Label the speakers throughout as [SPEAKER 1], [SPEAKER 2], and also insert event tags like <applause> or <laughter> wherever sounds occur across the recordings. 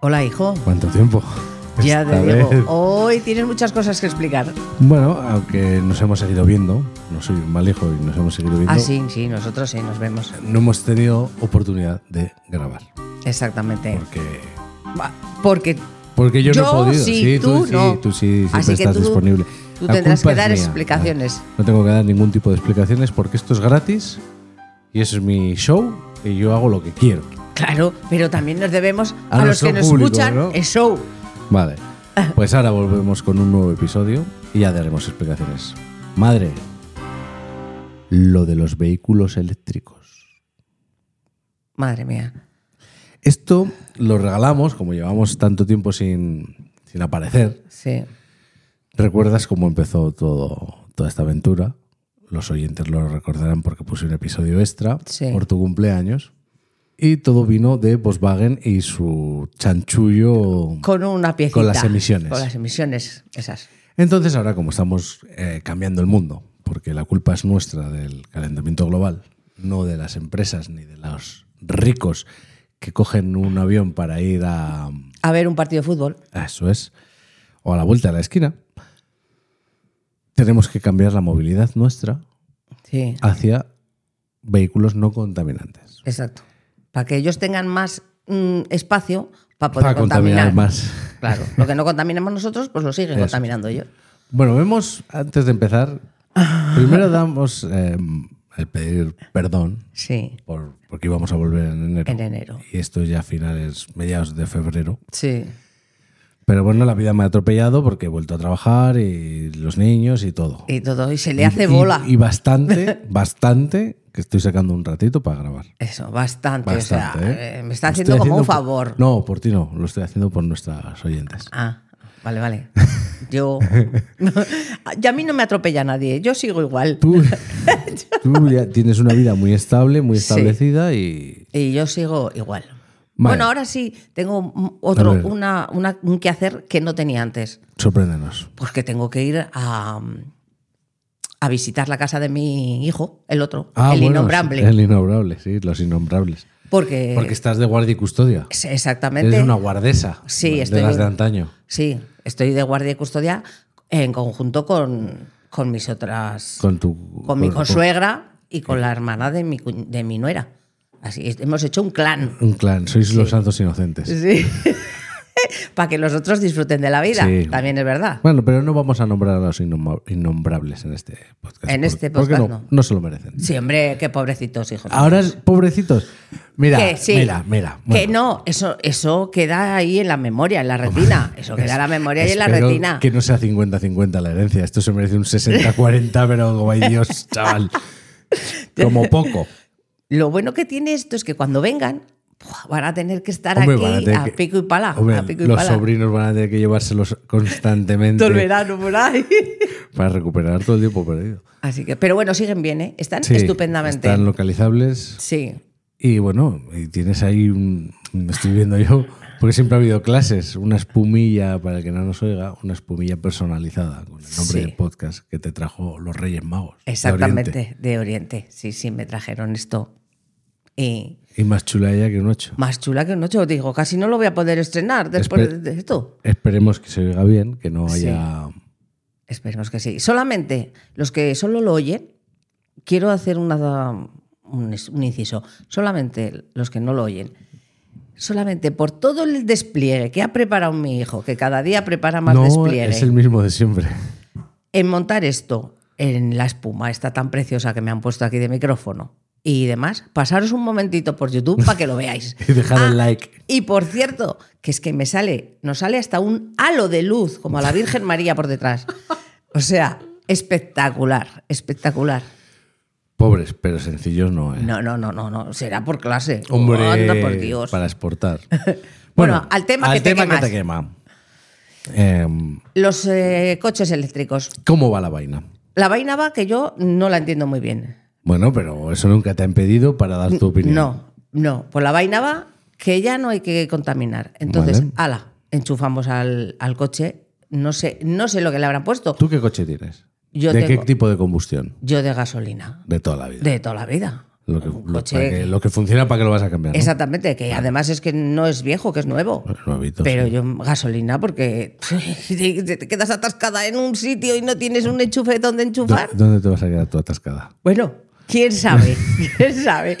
[SPEAKER 1] Hola, hijo.
[SPEAKER 2] ¿Cuánto tiempo?
[SPEAKER 1] Ya
[SPEAKER 2] Esta
[SPEAKER 1] te digo,
[SPEAKER 2] vez.
[SPEAKER 1] hoy tienes muchas cosas que explicar.
[SPEAKER 2] Bueno, aunque nos hemos seguido viendo, no soy un mal hijo y nos hemos seguido viendo,
[SPEAKER 1] Ah, sí, sí, nosotros sí, nos vemos.
[SPEAKER 2] no hemos tenido oportunidad de grabar.
[SPEAKER 1] Exactamente.
[SPEAKER 2] Porque,
[SPEAKER 1] Va, Porque
[SPEAKER 2] porque yo, no he
[SPEAKER 1] Yo
[SPEAKER 2] podido.
[SPEAKER 1] sí,
[SPEAKER 2] tú,
[SPEAKER 1] tú no.
[SPEAKER 2] sí, tú sí, siempre
[SPEAKER 1] Así que
[SPEAKER 2] estás
[SPEAKER 1] tú-
[SPEAKER 2] disponible.
[SPEAKER 1] tú
[SPEAKER 2] La
[SPEAKER 1] tendrás
[SPEAKER 2] culpa
[SPEAKER 1] que
[SPEAKER 2] es
[SPEAKER 1] dar
[SPEAKER 2] mía.
[SPEAKER 1] explicaciones.
[SPEAKER 2] No tengo que dar ningún tipo de explicaciones porque esto es gratis y eso es mi show y yo hago lo que quiero.
[SPEAKER 1] Claro, pero también nos debemos
[SPEAKER 2] A
[SPEAKER 1] a, los
[SPEAKER 2] nuestro
[SPEAKER 1] que nos
[SPEAKER 2] público,
[SPEAKER 1] escuchan
[SPEAKER 2] ¿no?
[SPEAKER 1] el show.
[SPEAKER 2] Vale. Pues ahora volvemos con un nuevo episodio y ya daremos explicaciones. Madre, lo de los vehículos eléctricos.
[SPEAKER 1] Madre mía.
[SPEAKER 2] Esto lo regalamos, como llevamos tanto tiempo sin, sin aparecer.
[SPEAKER 1] Sí.
[SPEAKER 2] ¿Recuerdas cómo empezó todo, toda esta aventura? Los oyentes lo recordarán porque puse un episodio extra
[SPEAKER 1] Sí.
[SPEAKER 2] por tu cumpleaños. Y todo vino de Volkswagen y su chanchullo.
[SPEAKER 1] Con una piecita.
[SPEAKER 2] Con las emisiones.
[SPEAKER 1] Con las emisiones, esas.
[SPEAKER 2] Entonces ahora como estamos eh, cambiando el mundo, porque la culpa es nuestra del calentamiento global, no de las empresas ni de los ricos que cogen un avión para ir a...
[SPEAKER 1] A ver un partido de fútbol.
[SPEAKER 2] a Eso es. O a la vuelta de la esquina. Tenemos que cambiar la movilidad nuestra
[SPEAKER 1] Sí,
[SPEAKER 2] hacia vehículos no contaminantes.
[SPEAKER 1] exacto. Para que ellos tengan más mm, espacio para poder
[SPEAKER 2] Para contaminar más.
[SPEAKER 1] Claro, lo que no contaminemos nosotros, pues lo siguen
[SPEAKER 2] Eso.
[SPEAKER 1] contaminando ellos.
[SPEAKER 2] Bueno, vemos, antes de empezar, primero damos eh, el pedir perdón
[SPEAKER 1] Sí,
[SPEAKER 2] por- porque íbamos a volver en enero.
[SPEAKER 1] en enero.
[SPEAKER 2] Y esto ya a finales, mediados de febrero.
[SPEAKER 1] Sí,
[SPEAKER 2] Pero bueno, la vida me ha atropellado porque he vuelto a trabajar y los niños y todo.
[SPEAKER 1] y todo, y se le hace
[SPEAKER 2] Y- y-
[SPEAKER 1] bola.
[SPEAKER 2] Y,
[SPEAKER 1] <laughs>
[SPEAKER 2] bastante, bastante, que estoy sacando un ratito para grabar.
[SPEAKER 1] Eso, bastante. o sea,
[SPEAKER 2] Bastante, ¿eh?
[SPEAKER 1] eh, me está
[SPEAKER 2] Lo
[SPEAKER 1] haciendo
[SPEAKER 2] estoy
[SPEAKER 1] como un
[SPEAKER 2] por-
[SPEAKER 1] favor.
[SPEAKER 2] no, por ti no, lo estoy haciendo por nuestras oyentes.
[SPEAKER 1] Ah,
[SPEAKER 2] <laughs>
[SPEAKER 1] vale, vale. Yo. y a mí no me atropella nadie, yo sigo igual. <laughs>
[SPEAKER 2] Tú, tú ya tienes una vida muy estable, muy establecida y...
[SPEAKER 1] Y yo sigo igual.
[SPEAKER 2] Vale.
[SPEAKER 1] Bueno, ahora sí tengo un- otro,
[SPEAKER 2] A ver.
[SPEAKER 1] una, una, un quehacer que no tenía antes.
[SPEAKER 2] Sorpréndenos.
[SPEAKER 1] Pues que tengo que ir a, a visitar la casa de mi hijo, el otro,
[SPEAKER 2] Ah,
[SPEAKER 1] el
[SPEAKER 2] bueno,
[SPEAKER 1] innombrable. Eh,
[SPEAKER 2] sí, El innombrable, sí, los innombrables.
[SPEAKER 1] Porque,
[SPEAKER 2] Porque estás de guardia y custodia.
[SPEAKER 1] Sí, exactamente.
[SPEAKER 2] Eres una guardesa.
[SPEAKER 1] Sí,
[SPEAKER 2] De
[SPEAKER 1] estoy-
[SPEAKER 2] las de antaño.
[SPEAKER 1] Sí, estoy de guardia y custodia en conjunto con, con mis otras.
[SPEAKER 2] Con
[SPEAKER 1] Con,
[SPEAKER 2] tu.
[SPEAKER 1] mi consuegra y con la hermana de mi, cu- de mi nuera. Así, es, hemos hecho un clan.
[SPEAKER 2] Un clan, sois los santos inocentes.
[SPEAKER 1] Sí. <laughs> Para que los otros disfruten de la vida.
[SPEAKER 2] Sí.
[SPEAKER 1] También es verdad.
[SPEAKER 2] Bueno, pero no vamos a nombrar a los innom- innombrables en este podcast.
[SPEAKER 1] En
[SPEAKER 2] por-
[SPEAKER 1] este
[SPEAKER 2] porque
[SPEAKER 1] podcast
[SPEAKER 2] no,
[SPEAKER 1] no.
[SPEAKER 2] no se lo merecen.
[SPEAKER 1] Sí, hombre, qué pobrecitos hijos.
[SPEAKER 2] Ahora, pobrecitos. Mira,
[SPEAKER 1] que sí.
[SPEAKER 2] mira, mira.
[SPEAKER 1] Que no, eso, eso queda ahí en la memoria, en la retina. Eso queda en la memoria y en la
[SPEAKER 2] Espero
[SPEAKER 1] retina.
[SPEAKER 2] Que no sea 50-50 la herencia. Esto se merece un 60-40, pero como ay
[SPEAKER 1] <laughs>
[SPEAKER 2] Dios, chaval. Como poco.
[SPEAKER 1] Lo bueno que tiene esto es que cuando vengan, ¡buah! van a tener que estar
[SPEAKER 2] Hombre, van a
[SPEAKER 1] aquí
[SPEAKER 2] tener
[SPEAKER 1] a,
[SPEAKER 2] que-
[SPEAKER 1] pico y pala.
[SPEAKER 2] Hombre,
[SPEAKER 1] a pico y
[SPEAKER 2] los
[SPEAKER 1] pala.
[SPEAKER 2] sobrinos van a tener que llevárselos constantemente
[SPEAKER 1] Todo el verano por ahí.
[SPEAKER 2] <laughs> para recuperar todo el tiempo perdido.
[SPEAKER 1] Así que, pero bueno, siguen bien, ¿eh? Están
[SPEAKER 2] Sí,
[SPEAKER 1] estupendamente.
[SPEAKER 2] Están localizables.
[SPEAKER 1] Sí.
[SPEAKER 2] Y bueno, y tienes ahí un. Me estoy viendo yo, porque siempre ha habido clases, una espumilla, para el que no nos oiga, una espumilla personalizada con el nombre
[SPEAKER 1] Sí.
[SPEAKER 2] del podcast que te trajo los Reyes Magos. de Oriente.
[SPEAKER 1] Exactamente, de Oriente. Sí, sí, me trajeron esto. Y
[SPEAKER 2] Y más chula ella que un 8.
[SPEAKER 1] más chula que un ocho, digo, casi no lo voy a poder estrenar después
[SPEAKER 2] Espe-
[SPEAKER 1] de esto.
[SPEAKER 2] Esperemos que se oiga bien, que no haya.
[SPEAKER 1] Esperemos que sí. Solamente los que solo lo oyen, quiero hacer una, un, es- un inciso. Solamente los que no lo oyen. Solamente por todo el despliegue que ha preparado mi hijo, que cada día prepara más
[SPEAKER 2] no,
[SPEAKER 1] despliegue,
[SPEAKER 2] es el mismo de siempre. <laughs>
[SPEAKER 1] en montar esto en la espuma, esta tan preciosa que me han puesto aquí de micrófono y demás, pasaros un momentito por YouTube para que lo veáis.
[SPEAKER 2] <laughs> Y dejar
[SPEAKER 1] Ah,
[SPEAKER 2] el like.
[SPEAKER 1] Y por cierto, que es que me sale, nos sale hasta un halo de luz, como a la Virgen María por
[SPEAKER 2] <laughs>
[SPEAKER 1] detrás. O sea, espectacular, espectacular.
[SPEAKER 2] Pobres, pero sencillos no, ¿eh?
[SPEAKER 1] No, no, no, no, no, será por clase.
[SPEAKER 2] Hombre,
[SPEAKER 1] Anda, por Dios.
[SPEAKER 2] para
[SPEAKER 1] <laughs>
[SPEAKER 2] exportar.
[SPEAKER 1] Bueno, al tema que te
[SPEAKER 2] tema
[SPEAKER 1] quemas.
[SPEAKER 2] te quema. Em,
[SPEAKER 1] Los eh, coches eléctricos.
[SPEAKER 2] ¿Cómo va la vaina?
[SPEAKER 1] La vaina va que yo no la entiendo muy bien.
[SPEAKER 2] Bueno, pero eso nunca te ha impedido para dar tu opinión.
[SPEAKER 1] No, no. Pues la vaina va que ya no hay que contaminar. Entonces,
[SPEAKER 2] Vale.
[SPEAKER 1] ala, enchufamos al, al coche. No sé, no sé lo que le habrán puesto.
[SPEAKER 2] ¿Tú qué coche tienes?
[SPEAKER 1] Yo
[SPEAKER 2] ¿De
[SPEAKER 1] tengo-
[SPEAKER 2] qué tipo de combustión?
[SPEAKER 1] Yo de gasolina.
[SPEAKER 2] De toda la vida.
[SPEAKER 1] De toda la vida.
[SPEAKER 2] Lo que,
[SPEAKER 1] Un
[SPEAKER 2] lo,
[SPEAKER 1] coche-
[SPEAKER 2] para que- lo que funciona, ¿para que lo vas a cambiar? no?
[SPEAKER 1] Exactamente, que además es que no es viejo, que es nuevo.
[SPEAKER 2] Bueno, nuevito,
[SPEAKER 1] Pero
[SPEAKER 2] sí.
[SPEAKER 1] yo gasolina porque <laughs> te te quedas atascada en un sitio y no tienes un enchufe donde
[SPEAKER 2] ¿Dó-
[SPEAKER 1] enchufar.
[SPEAKER 2] ¿Dónde te vas a quedar tú atascada?
[SPEAKER 1] Bueno, quién
[SPEAKER 2] <laughs>
[SPEAKER 1] sabe, quién sabe.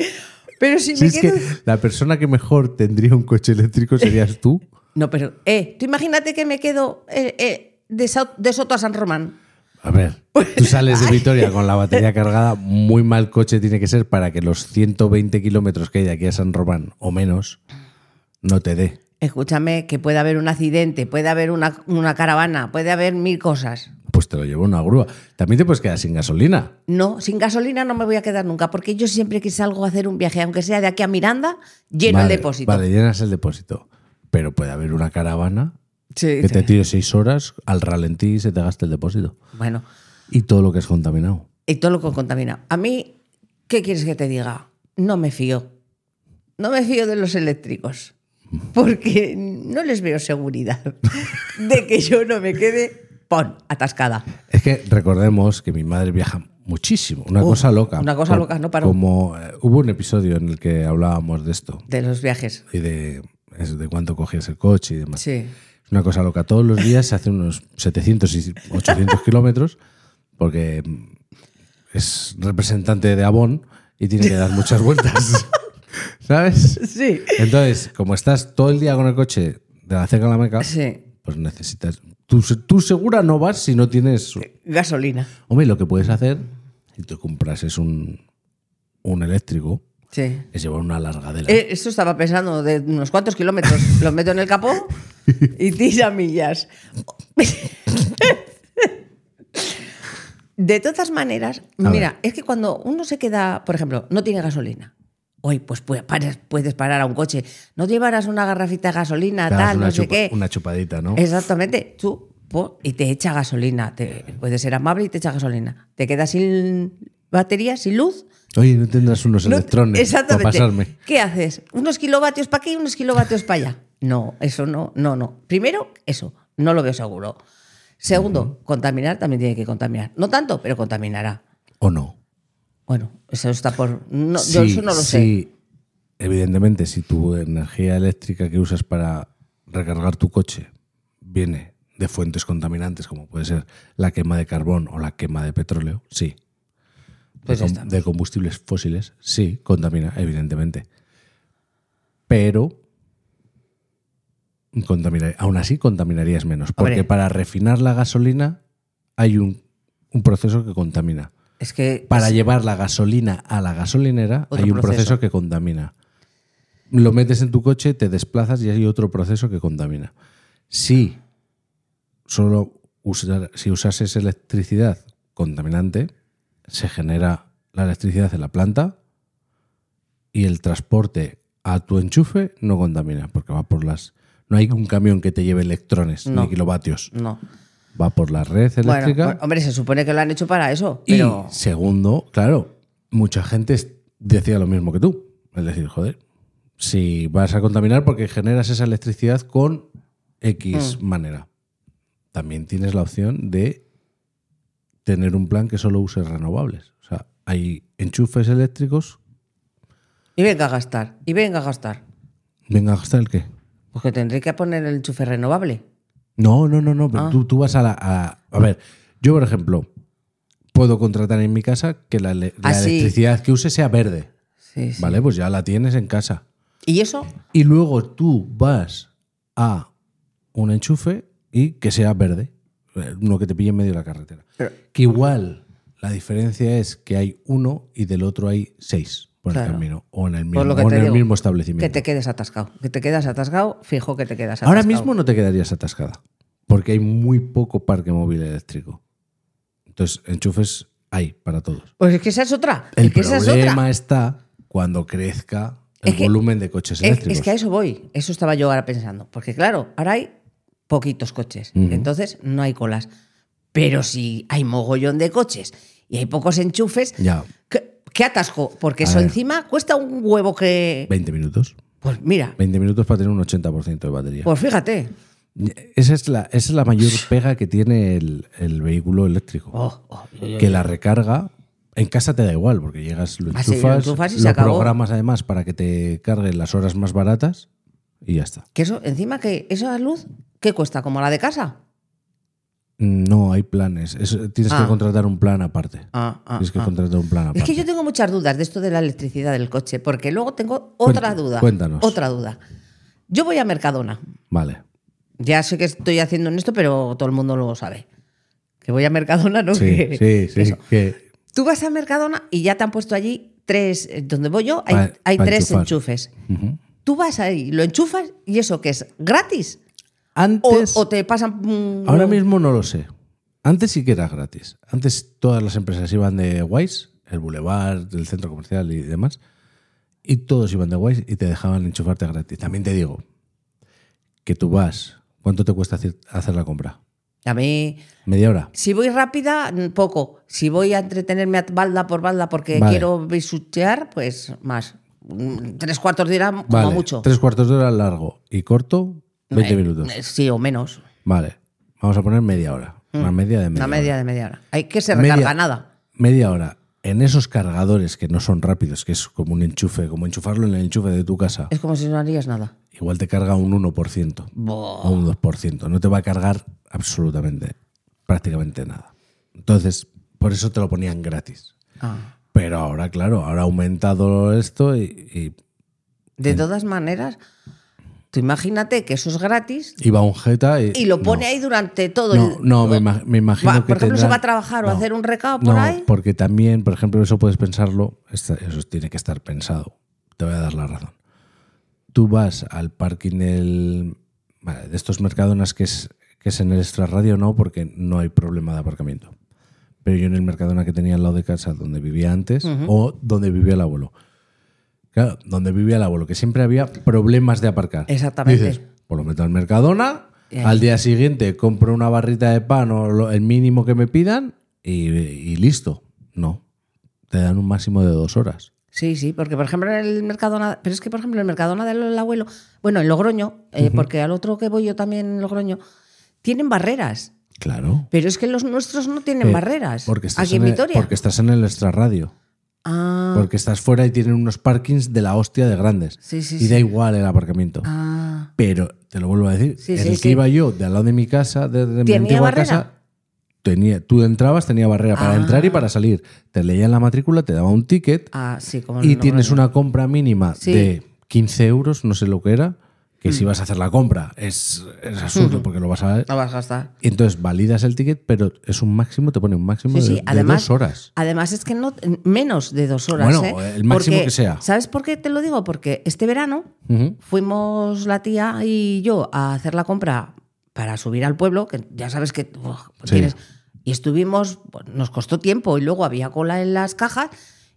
[SPEAKER 1] Pero si
[SPEAKER 2] Si
[SPEAKER 1] me
[SPEAKER 2] es que
[SPEAKER 1] quedo...
[SPEAKER 2] la persona que mejor tendría un coche eléctrico serías tú.
[SPEAKER 1] No, pero, eh, tú imagínate que me quedo eh, eh, de, Sau- de Soto a San Román.
[SPEAKER 2] A ver,
[SPEAKER 1] Pues,
[SPEAKER 2] tú sales de Vitoria con la batería cargada, muy mal coche tiene que ser para que los 120 kilómetros que hay de aquí a San Román o menos no te dé.
[SPEAKER 1] Escúchame, que puede haber un accidente, puede haber una, una caravana, puede haber mil cosas.
[SPEAKER 2] Pues te lo lleva una grúa. También te puedes quedar sin gasolina.
[SPEAKER 1] No, sin gasolina no me voy a quedar nunca, porque yo siempre que salgo a hacer un viaje, aunque sea de aquí a Miranda, lleno
[SPEAKER 2] Vale,
[SPEAKER 1] el depósito.
[SPEAKER 2] Vale, llenas el depósito. Pero puede haber una caravana
[SPEAKER 1] Sí,
[SPEAKER 2] que te
[SPEAKER 1] sí.
[SPEAKER 2] tire seis horas al ralentí y se te gasta el depósito.
[SPEAKER 1] Bueno,
[SPEAKER 2] Y todo lo que es contaminado.
[SPEAKER 1] y todo lo que contamina. A mí, ¿qué quieres que te diga? No me fío. No me fío de los eléctricos, porque no les veo seguridad <laughs> de que yo no me quede, pon, atascada.
[SPEAKER 2] Es que recordemos que mi madre viaja muchísimo. Una
[SPEAKER 1] Uf,
[SPEAKER 2] cosa loca.
[SPEAKER 1] una cosa
[SPEAKER 2] Co-
[SPEAKER 1] loca, no paró.
[SPEAKER 2] Como eh, hubo un episodio en el que hablábamos de esto
[SPEAKER 1] De los viajes.
[SPEAKER 2] y de, es de cuánto cogías el coche y demás.
[SPEAKER 1] Sí.
[SPEAKER 2] Es una cosa loca. Todos los días se hace unos 700 y 800 kilómetros porque mm, es representante de Avon y tiene que dar muchas vueltas. <laughs> ¿Sabes?
[SPEAKER 1] Sí.
[SPEAKER 2] Entonces, como estás todo el día con el coche de la cerca a la meca,
[SPEAKER 1] Sí.
[SPEAKER 2] pues necesitas. Tú, se- tú segura no vas si no tienes.
[SPEAKER 1] Gasolina.
[SPEAKER 2] Hombre, lo que puedes hacer, si te compras es un, un eléctrico,
[SPEAKER 1] Sí.
[SPEAKER 2] es llevar una largadera.
[SPEAKER 1] Eh, Eso estaba pensando, de unos cuantos kilómetros los meto en el capó y tira millas. De todas maneras,
[SPEAKER 2] A
[SPEAKER 1] mira,
[SPEAKER 2] ver.
[SPEAKER 1] es que cuando uno se queda, por ejemplo, no tiene gasolina. Hoy, pues pu- paras- puedes parar a un coche. No llevarás una garrafita de gasolina,
[SPEAKER 2] Te das
[SPEAKER 1] tal,
[SPEAKER 2] una,
[SPEAKER 1] no sé
[SPEAKER 2] chupa-
[SPEAKER 1] qué. Eh,
[SPEAKER 2] una chupadita, ¿no?
[SPEAKER 1] Exactamente. Tú, po, y te echa gasolina. Te, puedes ser amable y te echa gasolina. Te quedas sin batería, sin luz.
[SPEAKER 2] Oye, no tendrás unos
[SPEAKER 1] No-
[SPEAKER 2] electrones para
[SPEAKER 1] Exactamente.
[SPEAKER 2] pasarme.
[SPEAKER 1] ¿Qué haces? ¿Unos kilovatios para aquí y unos kilovatios para allá? No, eso no, no, no. Primero, eso, no lo veo seguro. Segundo, contaminar también tiene que contaminar. No tanto, pero contaminará.
[SPEAKER 2] ¿O no?
[SPEAKER 1] Bueno, eso está por. No, yo
[SPEAKER 2] Sí,
[SPEAKER 1] eso no lo sé.
[SPEAKER 2] sí. Evidentemente, si tu energía eléctrica que usas para recargar tu coche viene de fuentes contaminantes, como puede ser la quema de carbón o la quema de petróleo, sí.
[SPEAKER 1] Pues
[SPEAKER 2] de, com-
[SPEAKER 1] estamos.
[SPEAKER 2] de combustibles fósiles, sí, contamina, evidentemente. Pero contamina- aún así contaminarías menos, porque
[SPEAKER 1] Hombre.
[SPEAKER 2] para refinar la gasolina hay un, un proceso que contamina.
[SPEAKER 1] Es que.
[SPEAKER 2] Para
[SPEAKER 1] es-
[SPEAKER 2] llevar la gasolina a la gasolinera
[SPEAKER 1] Otro
[SPEAKER 2] hay un proceso.
[SPEAKER 1] proceso.
[SPEAKER 2] que contamina. Lo metes en tu coche, te desplazas y hay otro proceso que contamina. Si solo usar- si usases electricidad contaminante, se genera la electricidad en la planta y el transporte a tu enchufe no contamina, porque va por las. No hay un camión que te lleve electrones
[SPEAKER 1] No.
[SPEAKER 2] ni kilovatios.
[SPEAKER 1] no.
[SPEAKER 2] Va por la red
[SPEAKER 1] Bueno,
[SPEAKER 2] eléctrica.
[SPEAKER 1] bueno, hombre, se supone que lo han hecho para eso, pero.
[SPEAKER 2] Y segundo, claro, mucha gente es- decía lo mismo que tú. Es decir, joder, si vas a contaminar porque generas esa electricidad con X
[SPEAKER 1] Mm.
[SPEAKER 2] manera. También tienes la opción de tener un plan que solo uses renovables. O sea, hay enchufes eléctricos.
[SPEAKER 1] Y venga a gastar, y venga a gastar.
[SPEAKER 2] Venga, ¿hasta el qué?
[SPEAKER 1] Porque tendré que poner el enchufe renovable.
[SPEAKER 2] No, no, no, no. pero
[SPEAKER 1] Ah.
[SPEAKER 2] Tú, tú vas a la. A, a ver, yo, por ejemplo, puedo contratar en mi casa que la, ele- la
[SPEAKER 1] Ah, sí.
[SPEAKER 2] electricidad que use sea verde.
[SPEAKER 1] Sí, sí.
[SPEAKER 2] Vale, pues ya la tienes en casa.
[SPEAKER 1] Y eso,
[SPEAKER 2] Y luego tú vas a un enchufe y que sea verde, eh, uno que te pille en medio de la carretera.
[SPEAKER 1] Pero-
[SPEAKER 2] que igual la diferencia es que hay uno y del otro hay seis por
[SPEAKER 1] Claro.
[SPEAKER 2] el camino o en el mismo,
[SPEAKER 1] por lo que
[SPEAKER 2] o
[SPEAKER 1] te
[SPEAKER 2] en el
[SPEAKER 1] digo,
[SPEAKER 2] mismo
[SPEAKER 1] Que
[SPEAKER 2] establecimiento.
[SPEAKER 1] te quedes atascado. Que te quedas atascado, fijo que te quedas atascado.
[SPEAKER 2] Ahora mismo no te quedarías atascada porque hay muy poco parque móvil eléctrico. Entonces, enchufes hay para todos.
[SPEAKER 1] Pues es que esa es otra.
[SPEAKER 2] El
[SPEAKER 1] es que esa es otra.
[SPEAKER 2] problema está cuando crezca el
[SPEAKER 1] Es que-
[SPEAKER 2] volumen de coches
[SPEAKER 1] Es,
[SPEAKER 2] eléctricos.
[SPEAKER 1] es que a eso voy. Eso estaba yo ahora pensando. Porque claro, ahora hay poquitos coches.
[SPEAKER 2] Ujú.
[SPEAKER 1] Entonces no hay colas. Pero si hay mogollón de coches y hay pocos enchufes,
[SPEAKER 2] Ya,
[SPEAKER 1] ¿qué, qué atasco? Porque
[SPEAKER 2] A
[SPEAKER 1] eso
[SPEAKER 2] ver.
[SPEAKER 1] encima cuesta un huevo que...
[SPEAKER 2] 20 minutos.
[SPEAKER 1] Pues mira,
[SPEAKER 2] 20 minutos para tener un 80% de batería.
[SPEAKER 1] pues fíjate.
[SPEAKER 2] Esa es la, esa es la mayor pega que tiene el, el vehículo eléctrico.
[SPEAKER 1] Oh, oh, yo- yo-
[SPEAKER 2] Que la recarga En casa te da igual, porque llegas, lo
[SPEAKER 1] Ah, sí, lo
[SPEAKER 2] enchufas,
[SPEAKER 1] enchufas y
[SPEAKER 2] lo
[SPEAKER 1] se acabó.
[SPEAKER 2] programas además para que te carguen las horas más baratas y ya está.
[SPEAKER 1] Que eso, encima que esa luz, ¿qué cuesta? ¿Como la de casa?
[SPEAKER 2] No hay planes. Es- tienes
[SPEAKER 1] Ah.
[SPEAKER 2] que contratar un plan aparte.
[SPEAKER 1] Ah, ah,
[SPEAKER 2] tienes que
[SPEAKER 1] ah.
[SPEAKER 2] contratar un plan aparte.
[SPEAKER 1] Es que yo tengo muchas dudas de esto de la electricidad del coche, porque luego tengo otra
[SPEAKER 2] Cuenta-
[SPEAKER 1] duda.
[SPEAKER 2] cuéntanos.
[SPEAKER 1] Otra duda. Yo voy a Mercadona. <laughs>
[SPEAKER 2] Vale.
[SPEAKER 1] Ya sé que estoy haciendo en esto, pero todo el mundo lo sabe. Que voy a Mercadona, ¿no?
[SPEAKER 2] Sí,
[SPEAKER 1] Que-
[SPEAKER 2] sí, sí.
[SPEAKER 1] eso.
[SPEAKER 2] que-
[SPEAKER 1] Tú vas a Mercadona y ya te han puesto allí tres, eh, donde voy yo, hay,
[SPEAKER 2] Pa-
[SPEAKER 1] hay
[SPEAKER 2] pa
[SPEAKER 1] tres
[SPEAKER 2] enchufar.
[SPEAKER 1] enchufes.
[SPEAKER 2] Ujú.
[SPEAKER 1] Tú vas ahí, lo enchufas y eso que es gratis. O,
[SPEAKER 2] Antes,
[SPEAKER 1] o te pasan... mm,
[SPEAKER 2] ahora mismo no lo sé. Antes sí que era gratis. Antes todas las empresas iban de guays, el boulevard, el centro comercial y demás. Y todos iban de guays y te dejaban enchufarte gratis. También te digo que tú vas. ¿Cuánto te cuesta hacer- hacer la compra?
[SPEAKER 1] A mí,
[SPEAKER 2] ¿Media hora?
[SPEAKER 1] si voy rápida, mm, poco. Si voy a entretenerme a balda por balda porque
[SPEAKER 2] Vale.
[SPEAKER 1] quiero bisuchear, pues más. Mm, Tres cuartos de hora como
[SPEAKER 2] Vale,
[SPEAKER 1] mucho.
[SPEAKER 2] Tres cuartos de hora largo y corto, 20 minutos.
[SPEAKER 1] Eh, Sí, o menos.
[SPEAKER 2] Vale. Vamos a poner media hora. Una media de media.
[SPEAKER 1] Mm. Una media de media hora. Hay que se
[SPEAKER 2] Media-
[SPEAKER 1] recarga nada.
[SPEAKER 2] hora. Media hora. En esos cargadores que no son rápidos, que es como un enchufe, como enchufarlo en el enchufe de tu casa,
[SPEAKER 1] Es como si no harías nada.
[SPEAKER 2] igual te carga un 1%
[SPEAKER 1] Buah.
[SPEAKER 2] o un 2%. No te va a cargar absolutamente, prácticamente nada. Entonces, por eso te lo ponían gratis.
[SPEAKER 1] Ah.
[SPEAKER 2] Pero ahora, claro, ahora ha aumentado esto y, y
[SPEAKER 1] De todas maneras, tú imagínate que eso es gratis
[SPEAKER 2] y va un jeta y...
[SPEAKER 1] y lo pone
[SPEAKER 2] no.
[SPEAKER 1] ahí durante todo
[SPEAKER 2] No,
[SPEAKER 1] el.
[SPEAKER 2] no, me, ima- me imagino
[SPEAKER 1] Va,
[SPEAKER 2] que
[SPEAKER 1] por ejemplo, se
[SPEAKER 2] tendrán-
[SPEAKER 1] va a trabajar o
[SPEAKER 2] No,
[SPEAKER 1] a hacer un recado por
[SPEAKER 2] no,
[SPEAKER 1] ahí.
[SPEAKER 2] porque también, por ejemplo, eso puedes pensarlo, esta- eso tiene que estar pensado. Te voy a dar la razón. Tú vas al parking del, vale, de estos Mercadonas que es, que es en el extrarradio, no, porque no hay problema de aparcamiento. Pero yo en el Mercadona que tenía al lado de casa, donde vivía antes, o donde vivía el abuelo. Claro, donde vivía el abuelo, que siempre había problemas de aparcar.
[SPEAKER 1] Exactamente.
[SPEAKER 2] Dices, pues lo meto al Mercadona,
[SPEAKER 1] Y ahí.
[SPEAKER 2] al día siguiente compro una barrita de pan o lo- el mínimo que me pidan y, y listo. No, te dan un máximo de dos horas.
[SPEAKER 1] Sí, sí, porque por ejemplo en el Mercadona, pero es que por ejemplo el Mercadona del abuelo, bueno, en Logroño, eh, porque al otro que voy yo también en Logroño, tienen barreras,
[SPEAKER 2] Claro.
[SPEAKER 1] pero es que los nuestros no tienen
[SPEAKER 2] Eh,
[SPEAKER 1] barreras.
[SPEAKER 2] Porque estás,
[SPEAKER 1] Aquí
[SPEAKER 2] en,
[SPEAKER 1] en
[SPEAKER 2] el,
[SPEAKER 1] Vitoria.
[SPEAKER 2] porque estás en el extrarradio.
[SPEAKER 1] Ah,
[SPEAKER 2] Porque estás fuera y tienen unos parkings de la hostia de grandes.
[SPEAKER 1] Sí, sí,
[SPEAKER 2] y da igual el aparcamiento.
[SPEAKER 1] ah.
[SPEAKER 2] Pero te lo vuelvo a decir,
[SPEAKER 1] Sí,
[SPEAKER 2] en
[SPEAKER 1] sí,
[SPEAKER 2] el
[SPEAKER 1] sí.
[SPEAKER 2] que iba yo, de al lado de mi casa, de, de mi
[SPEAKER 1] ¿Tenía
[SPEAKER 2] antigua
[SPEAKER 1] barrera?
[SPEAKER 2] casa, tenía, tú entrabas, tenía barrera para
[SPEAKER 1] Ah.
[SPEAKER 2] entrar y para salir. Te leían la matrícula, te daba un ticket
[SPEAKER 1] Ah, sí, como en
[SPEAKER 2] y
[SPEAKER 1] Logroño.
[SPEAKER 2] tienes una compra mínima
[SPEAKER 1] Sí. Mm.
[SPEAKER 2] de 15 euros, no sé lo que era, que si vas a hacer la compra es, es absurdo porque lo vas a...
[SPEAKER 1] No vas a gastar.
[SPEAKER 2] Y entonces validas el ticket, pero es un máximo, te pone un máximo
[SPEAKER 1] Sí,
[SPEAKER 2] de,
[SPEAKER 1] sí,
[SPEAKER 2] de
[SPEAKER 1] además,
[SPEAKER 2] dos horas.
[SPEAKER 1] Además es que no menos de dos horas.
[SPEAKER 2] Bueno,
[SPEAKER 1] ¿eh?
[SPEAKER 2] el máximo
[SPEAKER 1] Porque,
[SPEAKER 2] que sea.
[SPEAKER 1] ¿Sabes por qué te lo digo? Porque este verano
[SPEAKER 2] Ujú.
[SPEAKER 1] fuimos la tía y yo a hacer la compra para subir al pueblo, que ya sabes que uf, pues
[SPEAKER 2] Sí.
[SPEAKER 1] tienes- Y estuvimos, pues, nos costó tiempo y luego había cola en las cajas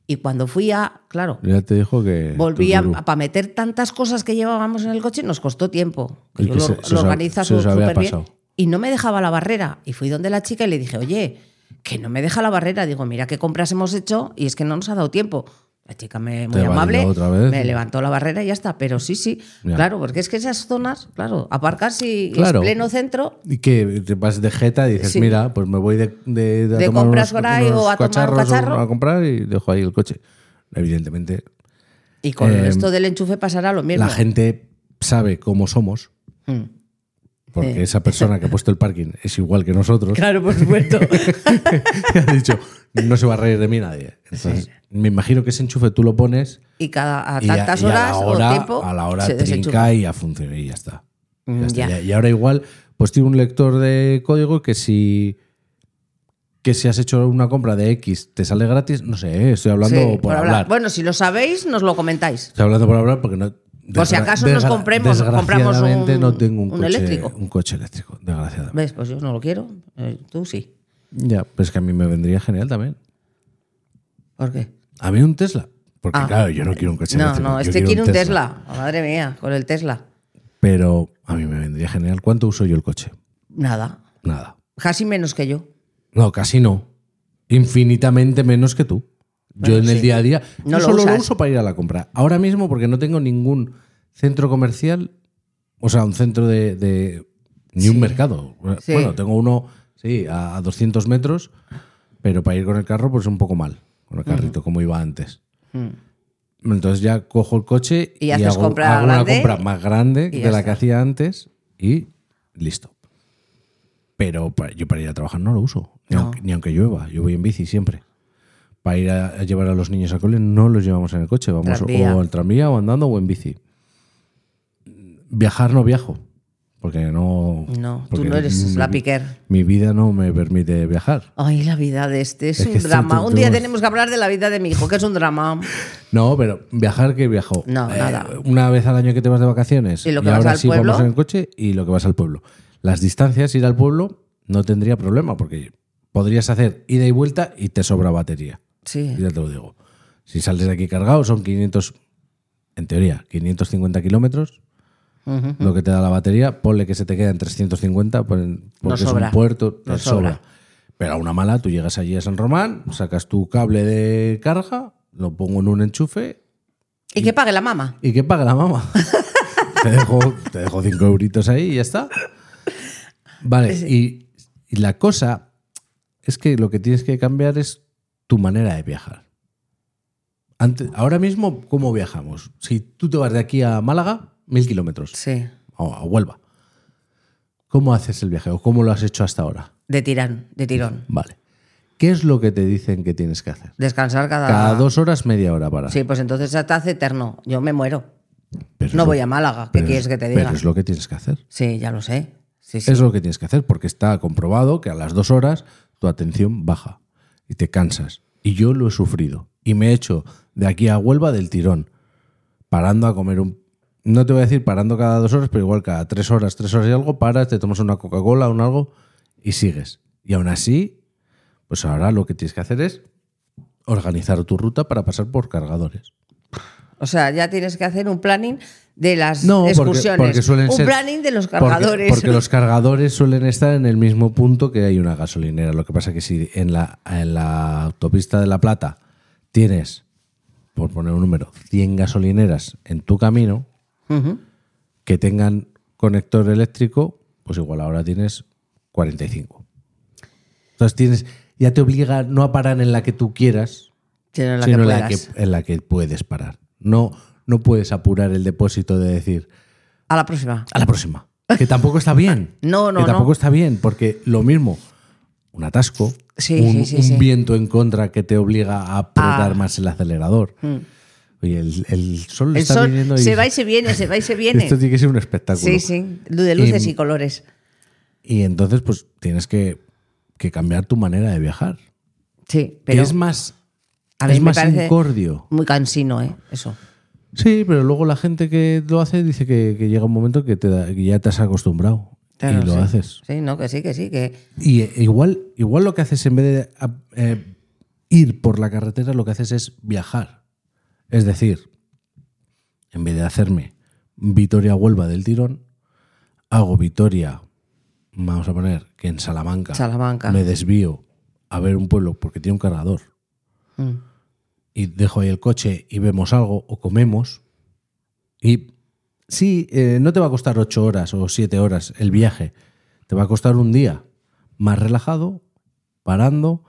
[SPEAKER 1] y cuando fui a, claro,
[SPEAKER 2] Ya te dijo que...
[SPEAKER 1] volví a,
[SPEAKER 2] tururú.
[SPEAKER 1] para meter tantas cosas que llevábamos en el coche, nos costó tiempo. Que
[SPEAKER 2] Y
[SPEAKER 1] yo
[SPEAKER 2] que
[SPEAKER 1] lo,
[SPEAKER 2] se-
[SPEAKER 1] lo
[SPEAKER 2] se os ha-
[SPEAKER 1] organiza
[SPEAKER 2] se os había
[SPEAKER 1] súper bien.
[SPEAKER 2] pasado.
[SPEAKER 1] Y no me dejaba la barrera. Y fui donde la chica y le dije, oye, que no me deja la barrera. Digo, mira qué compras hemos hecho y es que no nos ha dado tiempo. La chica me, muy
[SPEAKER 2] Te validó
[SPEAKER 1] amable
[SPEAKER 2] otra vez.
[SPEAKER 1] me levantó la barrera y ya está. Pero sí, sí,
[SPEAKER 2] Ya.
[SPEAKER 1] claro, porque es que esas zonas, claro, aparcas y
[SPEAKER 2] Claro.
[SPEAKER 1] es pleno centro
[SPEAKER 2] Y que te vas de jeta y dices,
[SPEAKER 1] Sí.
[SPEAKER 2] mira, pues me voy de, de,
[SPEAKER 1] De compras
[SPEAKER 2] unos-
[SPEAKER 1] por ahí
[SPEAKER 2] unos
[SPEAKER 1] o a tomar un
[SPEAKER 2] cacharros
[SPEAKER 1] cacharro.
[SPEAKER 2] o a comprar y dejo ahí el coche. Evidentemente,
[SPEAKER 1] y con
[SPEAKER 2] Eh,
[SPEAKER 1] esto del enchufe pasará lo mismo.
[SPEAKER 2] la gente sabe cómo somos,
[SPEAKER 1] Mm.
[SPEAKER 2] porque
[SPEAKER 1] Sí.
[SPEAKER 2] esa persona que ha puesto el parking es igual que nosotros.
[SPEAKER 1] Claro, por supuesto.
[SPEAKER 2] <laughs> y ha dicho, no se va a reír de mí nadie. Entonces, me imagino que ese enchufe tú lo pones
[SPEAKER 1] y cada a
[SPEAKER 2] y a-
[SPEAKER 1] tantas
[SPEAKER 2] y a,
[SPEAKER 1] horas
[SPEAKER 2] la hora,
[SPEAKER 1] o tiempo
[SPEAKER 2] a la hora
[SPEAKER 1] se desenchufa.
[SPEAKER 2] trinca y a funcionar y ya está. Ya
[SPEAKER 1] Mm,
[SPEAKER 2] está.
[SPEAKER 1] ya.
[SPEAKER 2] Y- Y ahora igual, pues tiene un lector de código que si que si has hecho una compra de X te sale gratis, no sé, ¿eh? estoy hablando
[SPEAKER 1] Sí,
[SPEAKER 2] por, hablar.
[SPEAKER 1] Bueno, si lo sabéis, nos lo comentáis.
[SPEAKER 2] Estoy hablando por hablar porque no
[SPEAKER 1] Por si
[SPEAKER 2] desgra-
[SPEAKER 1] acaso nos
[SPEAKER 2] desgra-
[SPEAKER 1] compremos- compramos
[SPEAKER 2] desgraciadamente
[SPEAKER 1] un-
[SPEAKER 2] no tengo un,
[SPEAKER 1] un
[SPEAKER 2] coche
[SPEAKER 1] eléctrico.
[SPEAKER 2] un coche eléctrico, desgraciadamente.
[SPEAKER 1] ¿Ves? Pues yo no lo quiero. eh, Tú sí.
[SPEAKER 2] Ya, pues que a mí me vendría genial también.
[SPEAKER 1] ¿Por qué?
[SPEAKER 2] A mí un Tesla, porque
[SPEAKER 1] Ah.
[SPEAKER 2] claro, yo no quiero un coche
[SPEAKER 1] No,
[SPEAKER 2] eléctrico.
[SPEAKER 1] no,
[SPEAKER 2] Pues yo
[SPEAKER 1] este
[SPEAKER 2] quiero
[SPEAKER 1] quiere un Tesla. Oh, Madre mía, con el Tesla.
[SPEAKER 2] Pero a mí me vendría genial. ¿Cuánto uso yo el coche?
[SPEAKER 1] Nada.
[SPEAKER 2] Nada.
[SPEAKER 1] Casi menos que yo.
[SPEAKER 2] No, casi no. Infinitamente menos que tú. Yo en el día a día. yo
[SPEAKER 1] No lo
[SPEAKER 2] solo
[SPEAKER 1] usas.
[SPEAKER 2] lo uso para ir a la compra. Ahora mismo, porque no tengo ningún centro comercial, o sea, un centro de. de- ni un mercado.
[SPEAKER 1] Sí.
[SPEAKER 2] Bueno, tengo uno, sí, a, a 200 metros, pero para ir con el carro, pues un poco mal. con el carrito como iba antes. Entonces ya cojo el coche
[SPEAKER 1] Mm. Y haces
[SPEAKER 2] hago,
[SPEAKER 1] compra
[SPEAKER 2] hago una
[SPEAKER 1] grande
[SPEAKER 2] compra más grande
[SPEAKER 1] y
[SPEAKER 2] de
[SPEAKER 1] ya
[SPEAKER 2] la
[SPEAKER 1] está.
[SPEAKER 2] que hacía antes y listo. Pero pa- yo para ir a trabajar no lo uso, ni,
[SPEAKER 1] No.
[SPEAKER 2] aunque, ni aunque llueva, yo voy en bici siempre. Para ir a, a llevar a los niños al cole no los llevamos en el coche, vamos
[SPEAKER 1] Tranvía.
[SPEAKER 2] o al tranvía o andando o en bici. Viajar no viajo, porque no...
[SPEAKER 1] No, tú
[SPEAKER 2] porque
[SPEAKER 1] no eres
[SPEAKER 2] mi-
[SPEAKER 1] la piquer.
[SPEAKER 2] Mi vida no me permite viajar.
[SPEAKER 1] Ay, la vida de este es,
[SPEAKER 2] Es que
[SPEAKER 1] un
[SPEAKER 2] esto
[SPEAKER 1] drama.
[SPEAKER 2] tú-
[SPEAKER 1] Un día
[SPEAKER 2] tú-
[SPEAKER 1] tenemos que hablar de la vida de mi hijo, que es un drama.
[SPEAKER 2] No, pero viajar que viajó.
[SPEAKER 1] No, nada.
[SPEAKER 2] Una vez al año que te vas de vacaciones.
[SPEAKER 1] Y lo que vas
[SPEAKER 2] ahora
[SPEAKER 1] al
[SPEAKER 2] sí
[SPEAKER 1] pueblo.
[SPEAKER 2] vamos en el coche y lo que vas al pueblo. Las distancias, ir al pueblo, no tendría problema porque podrías hacer ida y vuelta y te sobra batería.
[SPEAKER 1] Sí.
[SPEAKER 2] Y Ya te lo digo. Si sales de aquí cargado son 500, en teoría, 550 kilómetros.
[SPEAKER 1] Ujú.
[SPEAKER 2] Lo que te da la batería, ponle que se te quedan 350 pon- porque es
[SPEAKER 1] sobra.
[SPEAKER 2] un puerto, te
[SPEAKER 1] Nos
[SPEAKER 2] sobra.
[SPEAKER 1] sobra.
[SPEAKER 2] Pero a una mala, tú llegas allí a San Román, sacas tu cable de carga, lo pongo en un enchufe
[SPEAKER 1] Y que pague la mamá.
[SPEAKER 2] ¿Y qué paga la
[SPEAKER 1] <laughs>
[SPEAKER 2] mamá? te, dejo, te dejo cinco euritos ahí y ya está. Vale, y, y la cosa es que lo que tienes que cambiar es tu manera de viajar. Ante- ahora mismo, ¿cómo viajamos? Si tú te vas de aquí a Málaga, mil kilómetros,
[SPEAKER 1] Sí.
[SPEAKER 2] o a Huelva. ¿Cómo haces el viaje o cómo lo has hecho hasta ahora?
[SPEAKER 1] De tirón, de tirón.
[SPEAKER 2] Vale. ¿Qué es lo que te dicen que tienes que hacer?
[SPEAKER 1] Descansar cada,
[SPEAKER 2] Cada dos horas, media hora para.
[SPEAKER 1] Ah. Sí, pues entonces se te hace eterno. Yo me muero.
[SPEAKER 2] Pero
[SPEAKER 1] No
[SPEAKER 2] es lo-
[SPEAKER 1] voy a Málaga. ¿Qué
[SPEAKER 2] pero es-
[SPEAKER 1] quieres que te diga?
[SPEAKER 2] Pero es lo que tienes que hacer.
[SPEAKER 1] Sí, ya lo sé. Sí, sí.
[SPEAKER 2] Es lo que tienes que hacer, porque está comprobado que a las dos horas tu atención baja y te cansas. Y yo lo he sufrido. Y me he hecho de aquí a Huelva del tirón, parando a comer un... No te voy a decir parando cada dos horas, pero igual cada tres horas, tres horas y algo, paras, te tomas una Coca-Cola, un algo y sigues. Y aún así, pues ahora lo que tienes que hacer es organizar tu ruta para pasar por cargadores.
[SPEAKER 1] O sea, ya tienes que hacer un planning de las
[SPEAKER 2] No, porque-
[SPEAKER 1] excursiones.
[SPEAKER 2] porque suelen
[SPEAKER 1] un
[SPEAKER 2] ser-
[SPEAKER 1] planning de los
[SPEAKER 2] Porque-
[SPEAKER 1] cargadores.
[SPEAKER 2] Porque, los cargadores suelen estar en el mismo punto que hay una gasolinera. Lo que pasa que si en la, en la autopista de La Plata tienes, por poner un número, 100 gasolineras en tu camino
[SPEAKER 1] <laughs> Ujú.
[SPEAKER 2] que tengan conector eléctrico, pues igual ahora tienes 45. Entonces tienes, ya te obliga no a parar en la que tú quieras,
[SPEAKER 1] Sino la que
[SPEAKER 2] sino en la que,
[SPEAKER 1] puedas.
[SPEAKER 2] en la que puedes parar. No, no puedes apurar el depósito de decir,
[SPEAKER 1] A la próxima.
[SPEAKER 2] a la próxima. Que tampoco está bien.
[SPEAKER 1] <laughs> No, no,
[SPEAKER 2] Que tampoco
[SPEAKER 1] no.
[SPEAKER 2] está bien, porque lo mismo, un atasco,
[SPEAKER 1] Sí,
[SPEAKER 2] un,
[SPEAKER 1] sí, sí,
[SPEAKER 2] un
[SPEAKER 1] sí.
[SPEAKER 2] viento en contra que te obliga a apretar
[SPEAKER 1] Ah. Mm.
[SPEAKER 2] más el acelerador. Oye, el, el sol
[SPEAKER 1] El
[SPEAKER 2] está
[SPEAKER 1] sol
[SPEAKER 2] viniendo y
[SPEAKER 1] se va y se viene, se va
[SPEAKER 2] <laughs>
[SPEAKER 1] y se viene.
[SPEAKER 2] esto tiene que ser un espectáculo.
[SPEAKER 1] Sí, sí. De luces
[SPEAKER 2] Y-
[SPEAKER 1] y colores.
[SPEAKER 2] Y entonces, pues, tienes que, que cambiar tu manera de viajar.
[SPEAKER 1] Sí,
[SPEAKER 2] Que
[SPEAKER 1] pero
[SPEAKER 2] es más,
[SPEAKER 1] a mí
[SPEAKER 2] es
[SPEAKER 1] me
[SPEAKER 2] más
[SPEAKER 1] parece
[SPEAKER 2] incordio.
[SPEAKER 1] muy cansino, ¿eh? Eso.
[SPEAKER 2] Sí, pero luego la gente que lo hace dice que, que llega un momento que, te da- que ya te has acostumbrado
[SPEAKER 1] Claro,
[SPEAKER 2] y lo
[SPEAKER 1] sí.
[SPEAKER 2] haces.
[SPEAKER 1] Sí, no, que sí, que sí, que
[SPEAKER 2] Y eh, igual, igual lo que haces en vez de a- eh, ir por la carretera, lo que haces es viajar. Es decir, en vez de hacerme Vitoria-Huelva del tirón, hago Vitoria, vamos a poner que en Salamanca,
[SPEAKER 1] Salamanca.
[SPEAKER 2] me desvío a ver un pueblo porque tiene un cargador
[SPEAKER 1] Mm.
[SPEAKER 2] y dejo ahí el coche y vemos algo o comemos. Y sí, eh, no te va a costar ocho horas o siete horas el viaje. Te va a costar un día más relajado, parando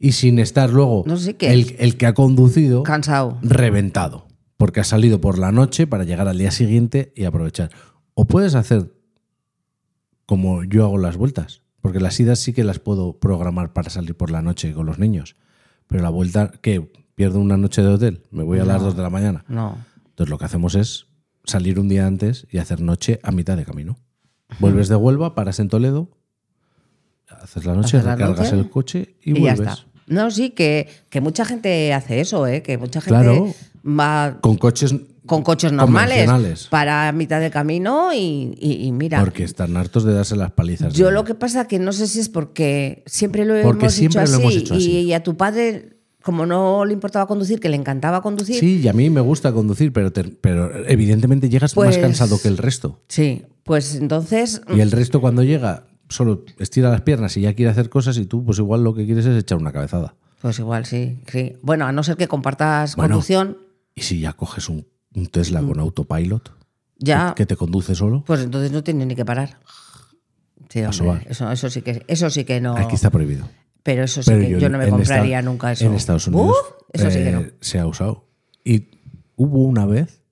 [SPEAKER 2] y sin estar luego
[SPEAKER 1] No sé qué.
[SPEAKER 2] El, el que ha conducido
[SPEAKER 1] Cansado.
[SPEAKER 2] reventado. Porque ha salido por la noche para llegar al día siguiente y aprovechar. O puedes hacer como yo hago las vueltas. Porque las idas sí que las puedo programar para salir por la noche con los niños. Pero la vuelta, ¿qué? ¿Pierdo una noche de hotel? Me voy a las
[SPEAKER 1] No.
[SPEAKER 2] 2 de la mañana.
[SPEAKER 1] No.
[SPEAKER 2] Entonces lo que hacemos es salir un día antes y hacer noche a mitad de camino. Vuelves de Huelva, paras en Toledo, haces la noche,
[SPEAKER 1] Haces la
[SPEAKER 2] recargas
[SPEAKER 1] noche
[SPEAKER 2] el coche y,
[SPEAKER 1] Y, ya
[SPEAKER 2] vuelves.
[SPEAKER 1] está. No, sí, que, que mucha gente hace eso, ¿eh? Que mucha gente
[SPEAKER 2] Claro.
[SPEAKER 1] va
[SPEAKER 2] Con coches...
[SPEAKER 1] con coches normales
[SPEAKER 2] Convencionales.
[SPEAKER 1] para mitad de camino y, y- y mira.
[SPEAKER 2] Porque están hartos de darse las palizas.
[SPEAKER 1] Yo
[SPEAKER 2] de-
[SPEAKER 1] lo que pasa que no sé si es porque siempre lo,
[SPEAKER 2] Porque
[SPEAKER 1] hemos,
[SPEAKER 2] siempre
[SPEAKER 1] hecho
[SPEAKER 2] lo
[SPEAKER 1] así,
[SPEAKER 2] hemos hecho así.
[SPEAKER 1] Y, y a tu padre, como no le importaba conducir, que le encantaba conducir,
[SPEAKER 2] Sí, y a mí me gusta conducir, pero, te- pero evidentemente llegas
[SPEAKER 1] Pues-
[SPEAKER 2] más cansado que el resto.
[SPEAKER 1] sí, pues entonces
[SPEAKER 2] Y el resto cuando llega solo estira las piernas y ya quiere hacer cosas y tú pues igual lo que quieres es echar una cabezada.
[SPEAKER 1] Pues igual, sí, sí. Bueno, a no ser que compartas
[SPEAKER 2] Bueno.
[SPEAKER 1] conducción,
[SPEAKER 2] Y si ya coges un, un Tesla
[SPEAKER 1] Mm.
[SPEAKER 2] con autopilot
[SPEAKER 1] ya,
[SPEAKER 2] que te conduce solo,
[SPEAKER 1] pues entonces no tienes ni que parar. Sí, hombre,
[SPEAKER 2] sobar.
[SPEAKER 1] eso, eso sí que, eso sí que no.
[SPEAKER 2] aquí está prohibido.
[SPEAKER 1] Pero eso sí que yo, no me
[SPEAKER 2] en
[SPEAKER 1] compraría
[SPEAKER 2] esta-
[SPEAKER 1] nunca eso.
[SPEAKER 2] En Estados Unidos,
[SPEAKER 1] ¡Uf! Eso sí que no.
[SPEAKER 2] eh, se ha usado. Y hubo una vez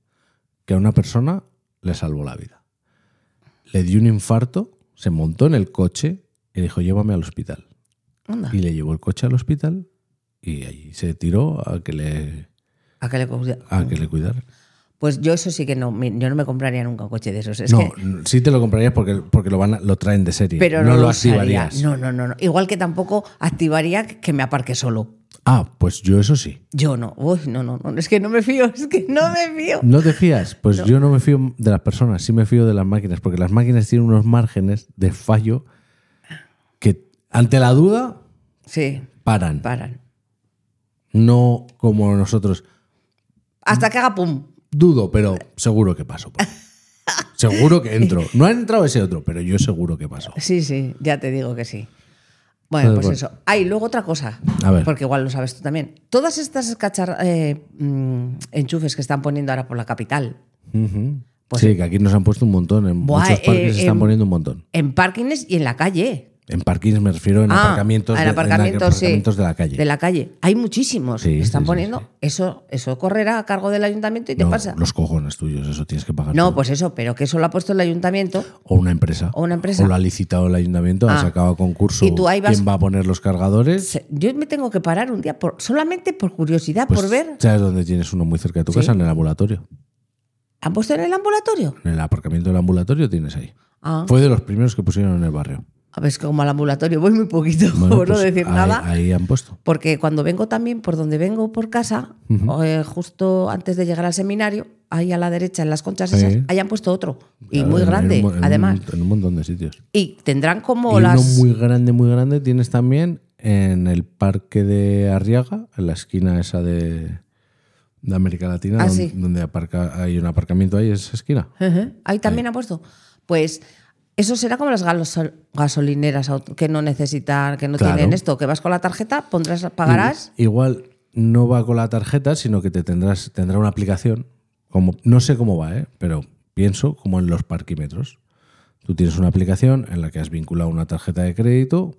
[SPEAKER 2] que a una persona le salvó la vida. Le dio un infarto, se montó en el coche y dijo, llévame al hospital.
[SPEAKER 1] Anda.
[SPEAKER 2] Y le llevó el coche al hospital y allí se tiró a que le,
[SPEAKER 1] ¿A qué le cogía?
[SPEAKER 2] a que le cuidaran.
[SPEAKER 1] Pues yo eso sí que no, mi- yo no me compraría nunca un coche de esos. Es
[SPEAKER 2] no,
[SPEAKER 1] que,
[SPEAKER 2] n- sí te lo comprarías porque, porque lo, van a- lo traen de serie.
[SPEAKER 1] pero
[SPEAKER 2] no, lo
[SPEAKER 1] usaría.
[SPEAKER 2] activarías.
[SPEAKER 1] No, no, no, no. Igual que tampoco activaría que me aparque solo.
[SPEAKER 2] Ah, pues yo eso sí.
[SPEAKER 1] Yo no. Uy, no, no, no. Es que no me fío, es que no me fío.
[SPEAKER 2] ¿No te fías? Pues yo no me fío de las personas, sí me fío de las máquinas, porque las máquinas tienen unos márgenes de fallo que ante la duda
[SPEAKER 1] Sí,
[SPEAKER 2] paran.
[SPEAKER 1] paran.
[SPEAKER 2] No como nosotros.
[SPEAKER 1] Hasta que haga pum.
[SPEAKER 2] Dudo, pero seguro que paso.
[SPEAKER 1] <laughs>
[SPEAKER 2] por- seguro que entro. No ha entrado ese otro, pero yo seguro que paso.
[SPEAKER 1] Sí, sí, ya te digo que sí. Bueno,
[SPEAKER 2] Pues
[SPEAKER 1] pues
[SPEAKER 2] bueno.
[SPEAKER 1] eso. Hay luego otra cosa,
[SPEAKER 2] A ver.
[SPEAKER 1] porque igual lo sabes tú también. Todas estas cachar- eh, mm, enchufes que están poniendo ahora por la capital,
[SPEAKER 2] Ujú.
[SPEAKER 1] Pues
[SPEAKER 2] sí, que aquí nos han puesto un montón. En
[SPEAKER 1] Buah,
[SPEAKER 2] muchos parques
[SPEAKER 1] eh,
[SPEAKER 2] se están
[SPEAKER 1] em-
[SPEAKER 2] poniendo un montón.
[SPEAKER 1] en parkings y en la calle.
[SPEAKER 2] En parkings me refiero en
[SPEAKER 1] Ah,
[SPEAKER 2] aparcamientos,
[SPEAKER 1] en
[SPEAKER 2] de, en
[SPEAKER 1] aparcamientos, sí.
[SPEAKER 2] aparcamientos de la calle.
[SPEAKER 1] De la calle. Hay muchísimos.
[SPEAKER 2] Sí,
[SPEAKER 1] Están
[SPEAKER 2] sí, sí,
[SPEAKER 1] poniendo
[SPEAKER 2] sí.
[SPEAKER 1] eso, eso correrá a cargo del ayuntamiento y te
[SPEAKER 2] No,
[SPEAKER 1] pasa.
[SPEAKER 2] Los cojones tuyos, eso tienes que pagar.
[SPEAKER 1] No,
[SPEAKER 2] tú.
[SPEAKER 1] pues eso, pero que eso lo ha puesto el ayuntamiento.
[SPEAKER 2] O una empresa.
[SPEAKER 1] O una empresa.
[SPEAKER 2] O lo ha licitado el ayuntamiento, ha
[SPEAKER 1] Ah.
[SPEAKER 2] sacado a concurso
[SPEAKER 1] Y tú ahí vas-
[SPEAKER 2] quién va a poner los cargadores.
[SPEAKER 1] Se- Yo me tengo que parar un día por, solamente por curiosidad,
[SPEAKER 2] Pues,
[SPEAKER 1] por ver.
[SPEAKER 2] ¿Sabes dónde tienes uno muy cerca de tu
[SPEAKER 1] Sí.
[SPEAKER 2] casa? En el ambulatorio.
[SPEAKER 1] ¿Han puesto en el ambulatorio?
[SPEAKER 2] En el aparcamiento del ambulatorio tienes ahí.
[SPEAKER 1] Ah,
[SPEAKER 2] Fue de los primeros que pusieron en el
[SPEAKER 1] <laughs>
[SPEAKER 2] barrio.
[SPEAKER 1] a ver, es que como al ambulatorio voy muy poquito, <laughs>
[SPEAKER 2] Bueno,
[SPEAKER 1] por no
[SPEAKER 2] pues
[SPEAKER 1] decir
[SPEAKER 2] ahí-
[SPEAKER 1] nada.
[SPEAKER 2] Ahí han puesto.
[SPEAKER 1] Porque cuando vengo también, por donde vengo por casa, eh, justo antes de llegar al seminario, ahí a la derecha, en las conchas
[SPEAKER 2] Sí.
[SPEAKER 1] esas, ahí han puesto otro. Y
[SPEAKER 2] Claro,
[SPEAKER 1] muy
[SPEAKER 2] en- en
[SPEAKER 1] grande,
[SPEAKER 2] un mon- en un
[SPEAKER 1] además.
[SPEAKER 2] mont- en un montón de sitios.
[SPEAKER 1] Y tendrán
[SPEAKER 2] Y
[SPEAKER 1] como
[SPEAKER 2] uno
[SPEAKER 1] las.
[SPEAKER 2] muy grande, muy grande tienes también en el parque de Arriaga, en la esquina esa de, de América Latina,
[SPEAKER 1] Ah,
[SPEAKER 2] don-
[SPEAKER 1] sí.
[SPEAKER 2] donde, aparca- hay un aparcamiento ahí, esa esquina.
[SPEAKER 1] Ujú. Ahí también ha puesto. Pues eso será como las galos- gasolineras auto- que no necesitan, que no
[SPEAKER 2] Claro.
[SPEAKER 1] tienen esto, que vas con la tarjeta, pondrás, pagarás.
[SPEAKER 2] I- Igual no va con la tarjeta, sino que te tendrás, tendrá una aplicación. Como, no sé cómo va, ¿eh? pero pienso como en los parquímetros. Tú tienes una aplicación en la que has vinculado una tarjeta de crédito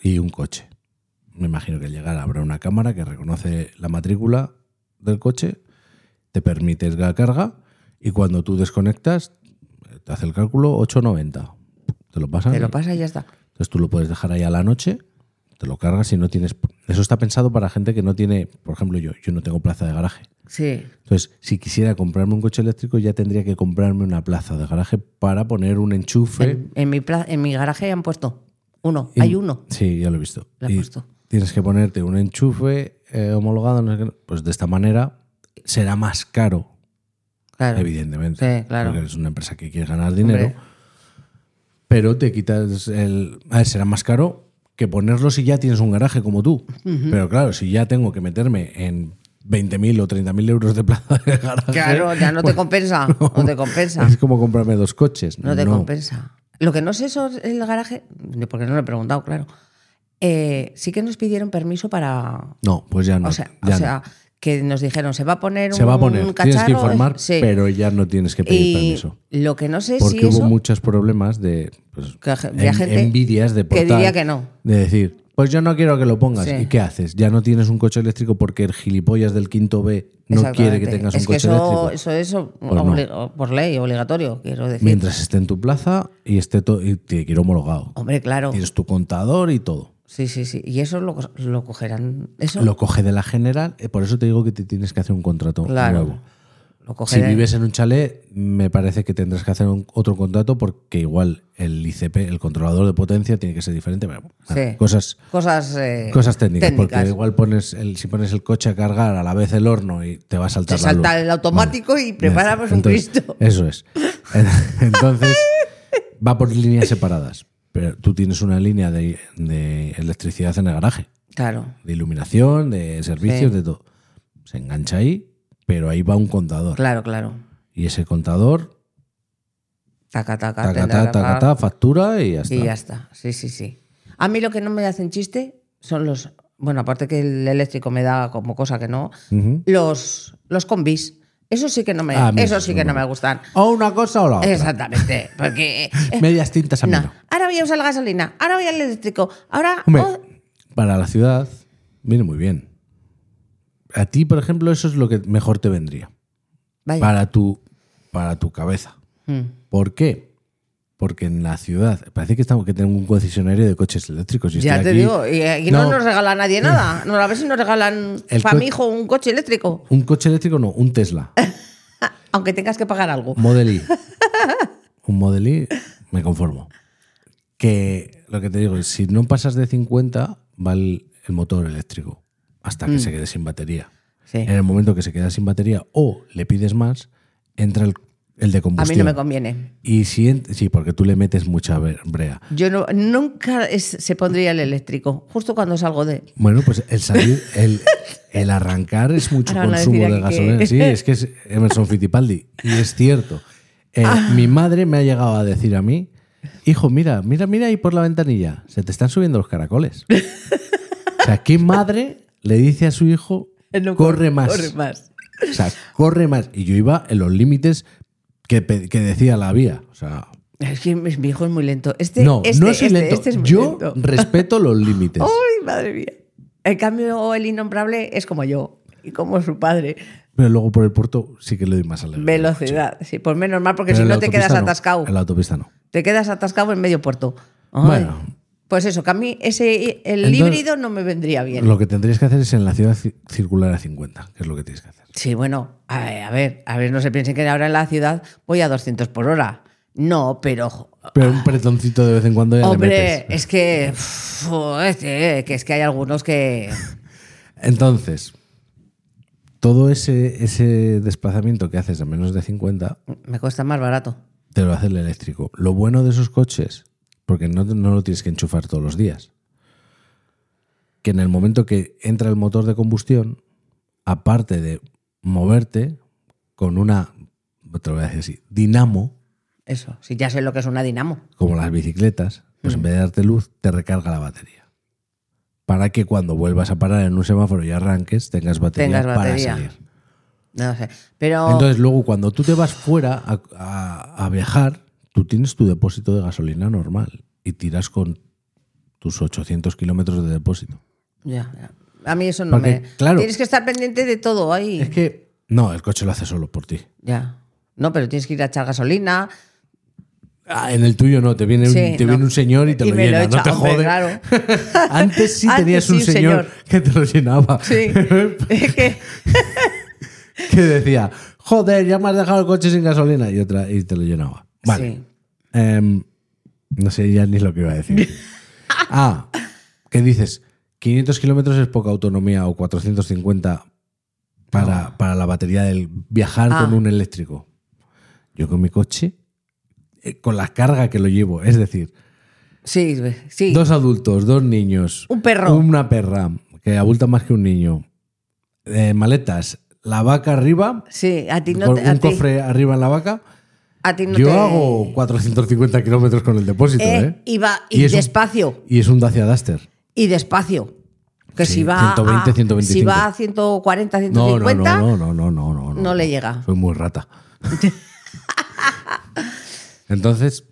[SPEAKER 2] y un coche. Me imagino que al llegar habrá una cámara que reconoce la matrícula del coche, te permite la carga y cuando tú desconectas, te hace el cálculo 8.90. Te lo pasan.
[SPEAKER 1] Te lo pasa y ya está.
[SPEAKER 2] Entonces tú lo puedes dejar ahí a la noche, te lo cargas y no tienes. Eso está pensado para gente que no tiene, por ejemplo, yo, yo no tengo plaza de garaje.
[SPEAKER 1] Sí.
[SPEAKER 2] Entonces, si quisiera comprarme un coche eléctrico, ya tendría que comprarme una plaza de garaje para poner un enchufe.
[SPEAKER 1] En, en mi pla- en mi garaje han puesto uno. Hay uno.
[SPEAKER 2] Sí, ya lo he visto.
[SPEAKER 1] Lo he
[SPEAKER 2] Y
[SPEAKER 1] puesto.
[SPEAKER 2] Tienes que ponerte un enchufe eh, homologado, no sé qué. Pues de esta manera será más caro,
[SPEAKER 1] Claro.
[SPEAKER 2] evidentemente.
[SPEAKER 1] Sí, claro.
[SPEAKER 2] Porque es una empresa que quiere ganar dinero.
[SPEAKER 1] Hombre.
[SPEAKER 2] pero te quitas el. A ver, será más caro que ponerlo si ya tienes un garaje como tú. Pero claro, si ya tengo que meterme en 20.000 o 30.000 euros de plaza de garaje.
[SPEAKER 1] Claro, ya no te <laughs> compensa. No te compensa.
[SPEAKER 2] Es como comprarme dos coches.
[SPEAKER 1] No te compensa. Lo que no sé eso es el garaje, porque no lo he preguntado, claro. Eh, sí que nos pidieron permiso para.
[SPEAKER 2] No, pues ya no.
[SPEAKER 1] O sea, o
[SPEAKER 2] ya no.
[SPEAKER 1] sea, que nos dijeron, se va a poner
[SPEAKER 2] Se
[SPEAKER 1] un,
[SPEAKER 2] va a poner.
[SPEAKER 1] un
[SPEAKER 2] Tienes que
[SPEAKER 1] cacharro?" eh,
[SPEAKER 2] informar,
[SPEAKER 1] Sí.
[SPEAKER 2] pero ya no tienes que pedir
[SPEAKER 1] y
[SPEAKER 2] permiso.
[SPEAKER 1] Lo que no sé
[SPEAKER 2] Porque
[SPEAKER 1] si
[SPEAKER 2] hubo
[SPEAKER 1] eso.
[SPEAKER 2] muchos problemas de. pues,
[SPEAKER 1] Que había
[SPEAKER 2] en-
[SPEAKER 1] gente
[SPEAKER 2] envidias de
[SPEAKER 1] que
[SPEAKER 2] portal.
[SPEAKER 1] diría que no.
[SPEAKER 2] De decir, pues yo no quiero que lo pongas.
[SPEAKER 1] Sí.
[SPEAKER 2] ¿Y qué haces? Ya no tienes un coche eléctrico porque el gilipollas del quinto B no quiere que
[SPEAKER 1] Exactamente.
[SPEAKER 2] tengas
[SPEAKER 1] es
[SPEAKER 2] un coche
[SPEAKER 1] que eso,
[SPEAKER 2] eléctrico. Pues
[SPEAKER 1] eso es ob-
[SPEAKER 2] no.
[SPEAKER 1] obli- por ley, obligatorio, quiero decir.
[SPEAKER 2] Mientras esté en tu plaza y esté todo. Y te quiero homologado.
[SPEAKER 1] Hombre, claro.
[SPEAKER 2] Tienes tu contador y todo.
[SPEAKER 1] Sí, sí, sí. Y eso lo, co- lo cogerán. Eso
[SPEAKER 2] Lo coge de la general, eh, por eso te digo que te tienes que hacer un contrato
[SPEAKER 1] claro.
[SPEAKER 2] nuevo.
[SPEAKER 1] Lo
[SPEAKER 2] Si
[SPEAKER 1] cogerán.
[SPEAKER 2] vives en un chalet, me parece que tendrás que hacer un- otro contrato porque igual el ICP, el controlador de potencia, tiene que ser diferente. pero bueno,
[SPEAKER 1] Sí.
[SPEAKER 2] Cosas,
[SPEAKER 1] cosas, eh,
[SPEAKER 2] cosas técnicas, Porque igual pones el, si pones el coche a cargar a la vez el horno y te va a
[SPEAKER 1] Se
[SPEAKER 2] saltar la
[SPEAKER 1] salta
[SPEAKER 2] luz.
[SPEAKER 1] el automático y preparamos un
[SPEAKER 2] Entonces,
[SPEAKER 1] Cristo. <laughs>
[SPEAKER 2] Eso es. <laughs> Entonces, va por líneas separadas. Pero tú tienes una línea de, de electricidad en el garaje,
[SPEAKER 1] Claro.
[SPEAKER 2] de iluminación, de servicios,
[SPEAKER 1] Sí.
[SPEAKER 2] de todo. Se engancha ahí, pero ahí va un contador.
[SPEAKER 1] Claro, claro.
[SPEAKER 2] Y ese contador,
[SPEAKER 1] Taca, taca,
[SPEAKER 2] tacatá,
[SPEAKER 1] tendrá que pagar.
[SPEAKER 2] tacatá, factura y ya está.
[SPEAKER 1] Y ya está. Sí, sí, sí. A mí lo que no me hacen chiste son los. Bueno, aparte que el eléctrico me da como cosa que no.
[SPEAKER 2] Ujú.
[SPEAKER 1] Los, los combis. Eso sí que no me,
[SPEAKER 2] Ah, a mí
[SPEAKER 1] eso
[SPEAKER 2] eso
[SPEAKER 1] sí
[SPEAKER 2] no Ah,
[SPEAKER 1] que
[SPEAKER 2] me
[SPEAKER 1] no me gustan.
[SPEAKER 2] O una cosa o la otra.
[SPEAKER 1] Exactamente.
[SPEAKER 2] <laughs>
[SPEAKER 1] Porque. eh,
[SPEAKER 2] Medias tintas a
[SPEAKER 1] no.
[SPEAKER 2] mano.
[SPEAKER 1] Ahora voy a usar la gasolina. Ahora voy al eléctrico. Ahora.
[SPEAKER 2] Hombre,
[SPEAKER 1] oh,
[SPEAKER 2] para la ciudad viene muy bien. a ti, por ejemplo, eso es lo que mejor te vendría
[SPEAKER 1] Vaya.
[SPEAKER 2] para tu, para tu cabeza.
[SPEAKER 1] Mm.
[SPEAKER 2] ¿Por qué? Porque en la ciudad, parece que estamos que tengo un concesionario de coches eléctricos. y
[SPEAKER 1] Ya
[SPEAKER 2] estoy
[SPEAKER 1] te
[SPEAKER 2] aquí-
[SPEAKER 1] digo, y aquí no, nos regala nadie
[SPEAKER 2] <laughs>
[SPEAKER 1] nada. No, a ver si nos regalan
[SPEAKER 2] El
[SPEAKER 1] para
[SPEAKER 2] co-
[SPEAKER 1] mi hijo un coche eléctrico,
[SPEAKER 2] Un coche eléctrico no, un Tesla.
[SPEAKER 1] aunque tengas que pagar algo.
[SPEAKER 2] Model
[SPEAKER 1] <laughs>
[SPEAKER 2] I. Un Model I, me conformo. Que lo que te digo, si no pasas de 50, va el, el motor eléctrico hasta
[SPEAKER 1] Mm.
[SPEAKER 2] que se quede sin batería.
[SPEAKER 1] Sí.
[SPEAKER 2] En el momento que se queda sin batería o le pides más, entra el, el de
[SPEAKER 1] A mí
[SPEAKER 2] combustión.
[SPEAKER 1] no me conviene.
[SPEAKER 2] Y si en- sí, porque tú le metes mucha be- brea.
[SPEAKER 1] Yo no, nunca es- se pondría el eléctrico, justo cuando salgo de...
[SPEAKER 2] Bueno, pues el salir, el, el arrancar es mucho
[SPEAKER 1] Ahora van a
[SPEAKER 2] consumo
[SPEAKER 1] decir
[SPEAKER 2] de
[SPEAKER 1] aquí que-
[SPEAKER 2] gasolina. Sí, es que es Emerson Fittipaldi. Y es cierto. Eh,
[SPEAKER 1] Ah.
[SPEAKER 2] Mi madre me ha llegado a decir a mí, hijo, mira, mira, mira ahí por la ventanilla, se te están subiendo los
[SPEAKER 1] <laughs>
[SPEAKER 2] caracoles. O sea, ¿qué madre le dice a su hijo,
[SPEAKER 1] No
[SPEAKER 2] corre más?
[SPEAKER 1] Corre más.
[SPEAKER 2] O sea, corre más. Y yo iba en los límites que, pe- que decía la vía. O sea,
[SPEAKER 1] Es que mi mi hijo es muy lento. Este,
[SPEAKER 2] no,
[SPEAKER 1] este,
[SPEAKER 2] no soy
[SPEAKER 1] este,
[SPEAKER 2] lento.
[SPEAKER 1] este es muy
[SPEAKER 2] yo
[SPEAKER 1] lento.
[SPEAKER 2] respeto
[SPEAKER 1] <laughs>
[SPEAKER 2] los límites.
[SPEAKER 1] ¡Ay, madre mía! En cambio, el innombrable es como yo y como su padre.
[SPEAKER 2] Pero luego por el puerto sí que le doy más alegría.
[SPEAKER 1] Velocidad. Sí, por menos mal, porque
[SPEAKER 2] Pero
[SPEAKER 1] si
[SPEAKER 2] en la
[SPEAKER 1] no te quedas
[SPEAKER 2] autopista no,
[SPEAKER 1] atascado.
[SPEAKER 2] En la autopista no.
[SPEAKER 1] Te quedas atascado en medio puerto. Ay.
[SPEAKER 2] Bueno.
[SPEAKER 1] Pues eso, que a mí ese, el
[SPEAKER 2] Entonces-
[SPEAKER 1] híbrido no me vendría bien.
[SPEAKER 2] Lo que tendrías que hacer es en la ciudad ci- circular a 50, que es lo que tienes que hacer.
[SPEAKER 1] Sí, bueno, a ver, a ver, a ver, no se piensen que ahora en la ciudad voy a 200 por hora. No, pero... jo-
[SPEAKER 2] Pero un pretoncito de vez en cuando ya le
[SPEAKER 1] Ah. Hombre,
[SPEAKER 2] metes.
[SPEAKER 1] es que, uf, este, que es que hay algunos que...
[SPEAKER 2] Entonces, todo ese, ese desplazamiento que haces a menos de 50,
[SPEAKER 1] Me cuesta más barato.
[SPEAKER 2] te lo hace el eléctrico. Lo bueno de esos coches, porque no, no lo tienes que enchufar todos los días, que en el momento que entra el motor de combustión, aparte de moverte con una, te lo voy a decir así, dinamo,
[SPEAKER 1] Eso, si ya sé lo que es una dinamo.
[SPEAKER 2] como las bicicletas, pues
[SPEAKER 1] Mm.
[SPEAKER 2] en vez de darte luz, te recarga la batería. Para que cuando vuelvas a parar en un semáforo y arranques, tengas batería,
[SPEAKER 1] Tengas batería.
[SPEAKER 2] para salir.
[SPEAKER 1] No sé. Pero...
[SPEAKER 2] Entonces, luego, cuando tú te vas fuera a, a- a viajar, tú tienes tu depósito de gasolina normal y tiras con tus 800 kilómetros de depósito.
[SPEAKER 1] Ya, ya. A mí eso no
[SPEAKER 2] Porque,
[SPEAKER 1] me...
[SPEAKER 2] claro.
[SPEAKER 1] Tienes que estar pendiente de todo ahí.
[SPEAKER 2] Es que, no, el coche lo hace solo por ti.
[SPEAKER 1] Ya. No, pero tienes que ir a echar gasolina.
[SPEAKER 2] Ah, en el tuyo no, te viene, un,
[SPEAKER 1] Sí,
[SPEAKER 2] te
[SPEAKER 1] no.
[SPEAKER 2] viene un señor y te lo
[SPEAKER 1] me
[SPEAKER 2] llena, no
[SPEAKER 1] echa,
[SPEAKER 2] te
[SPEAKER 1] hombre,
[SPEAKER 2] jode.
[SPEAKER 1] Claro.
[SPEAKER 2] <laughs> Antes sí
[SPEAKER 1] Antes
[SPEAKER 2] tenías
[SPEAKER 1] sí,
[SPEAKER 2] un
[SPEAKER 1] un
[SPEAKER 2] señor,
[SPEAKER 1] señor.
[SPEAKER 2] que te lo llenaba.
[SPEAKER 1] Sí.
[SPEAKER 2] <laughs>
[SPEAKER 1] Es que-
[SPEAKER 2] que decía, joder, ya me has dejado el coche sin gasolina. Y otra, y te lo llenaba. Vale.
[SPEAKER 1] Sí.
[SPEAKER 2] Em, no sé ya ni lo que iba a
[SPEAKER 1] <laughs>
[SPEAKER 2] decir. ah, ¿qué dices? 500 kilómetros es poca autonomía o 450 para, para la batería del viajar
[SPEAKER 1] Ah.
[SPEAKER 2] con un eléctrico. Yo con mi coche, eh, con la carga que lo llevo, es decir,
[SPEAKER 1] Sí, sí.
[SPEAKER 2] dos adultos, dos niños,
[SPEAKER 1] Un perro.
[SPEAKER 2] una perra que abulta más que un niño, eh, maletas, la vaca arriba,
[SPEAKER 1] Sí, a ti no
[SPEAKER 2] con
[SPEAKER 1] te, a
[SPEAKER 2] un
[SPEAKER 1] ti-
[SPEAKER 2] cofre arriba en la vaca.
[SPEAKER 1] a ti no
[SPEAKER 2] Yo
[SPEAKER 1] te-
[SPEAKER 2] hago 450 kilómetros con el depósito, ¿eh?
[SPEAKER 1] Eh, y va
[SPEAKER 2] Y
[SPEAKER 1] y,
[SPEAKER 2] es un-
[SPEAKER 1] despacio,
[SPEAKER 2] Y es un Dacia Duster.
[SPEAKER 1] y despacio. Que
[SPEAKER 2] Sí,
[SPEAKER 1] si va
[SPEAKER 2] 120,
[SPEAKER 1] a
[SPEAKER 2] 125.
[SPEAKER 1] si va a 140,
[SPEAKER 2] No, no,
[SPEAKER 1] 150,
[SPEAKER 2] no, no, no, no, no, no.
[SPEAKER 1] no le llega.
[SPEAKER 2] Soy muy
[SPEAKER 1] <laughs>
[SPEAKER 2] rata. Entonces,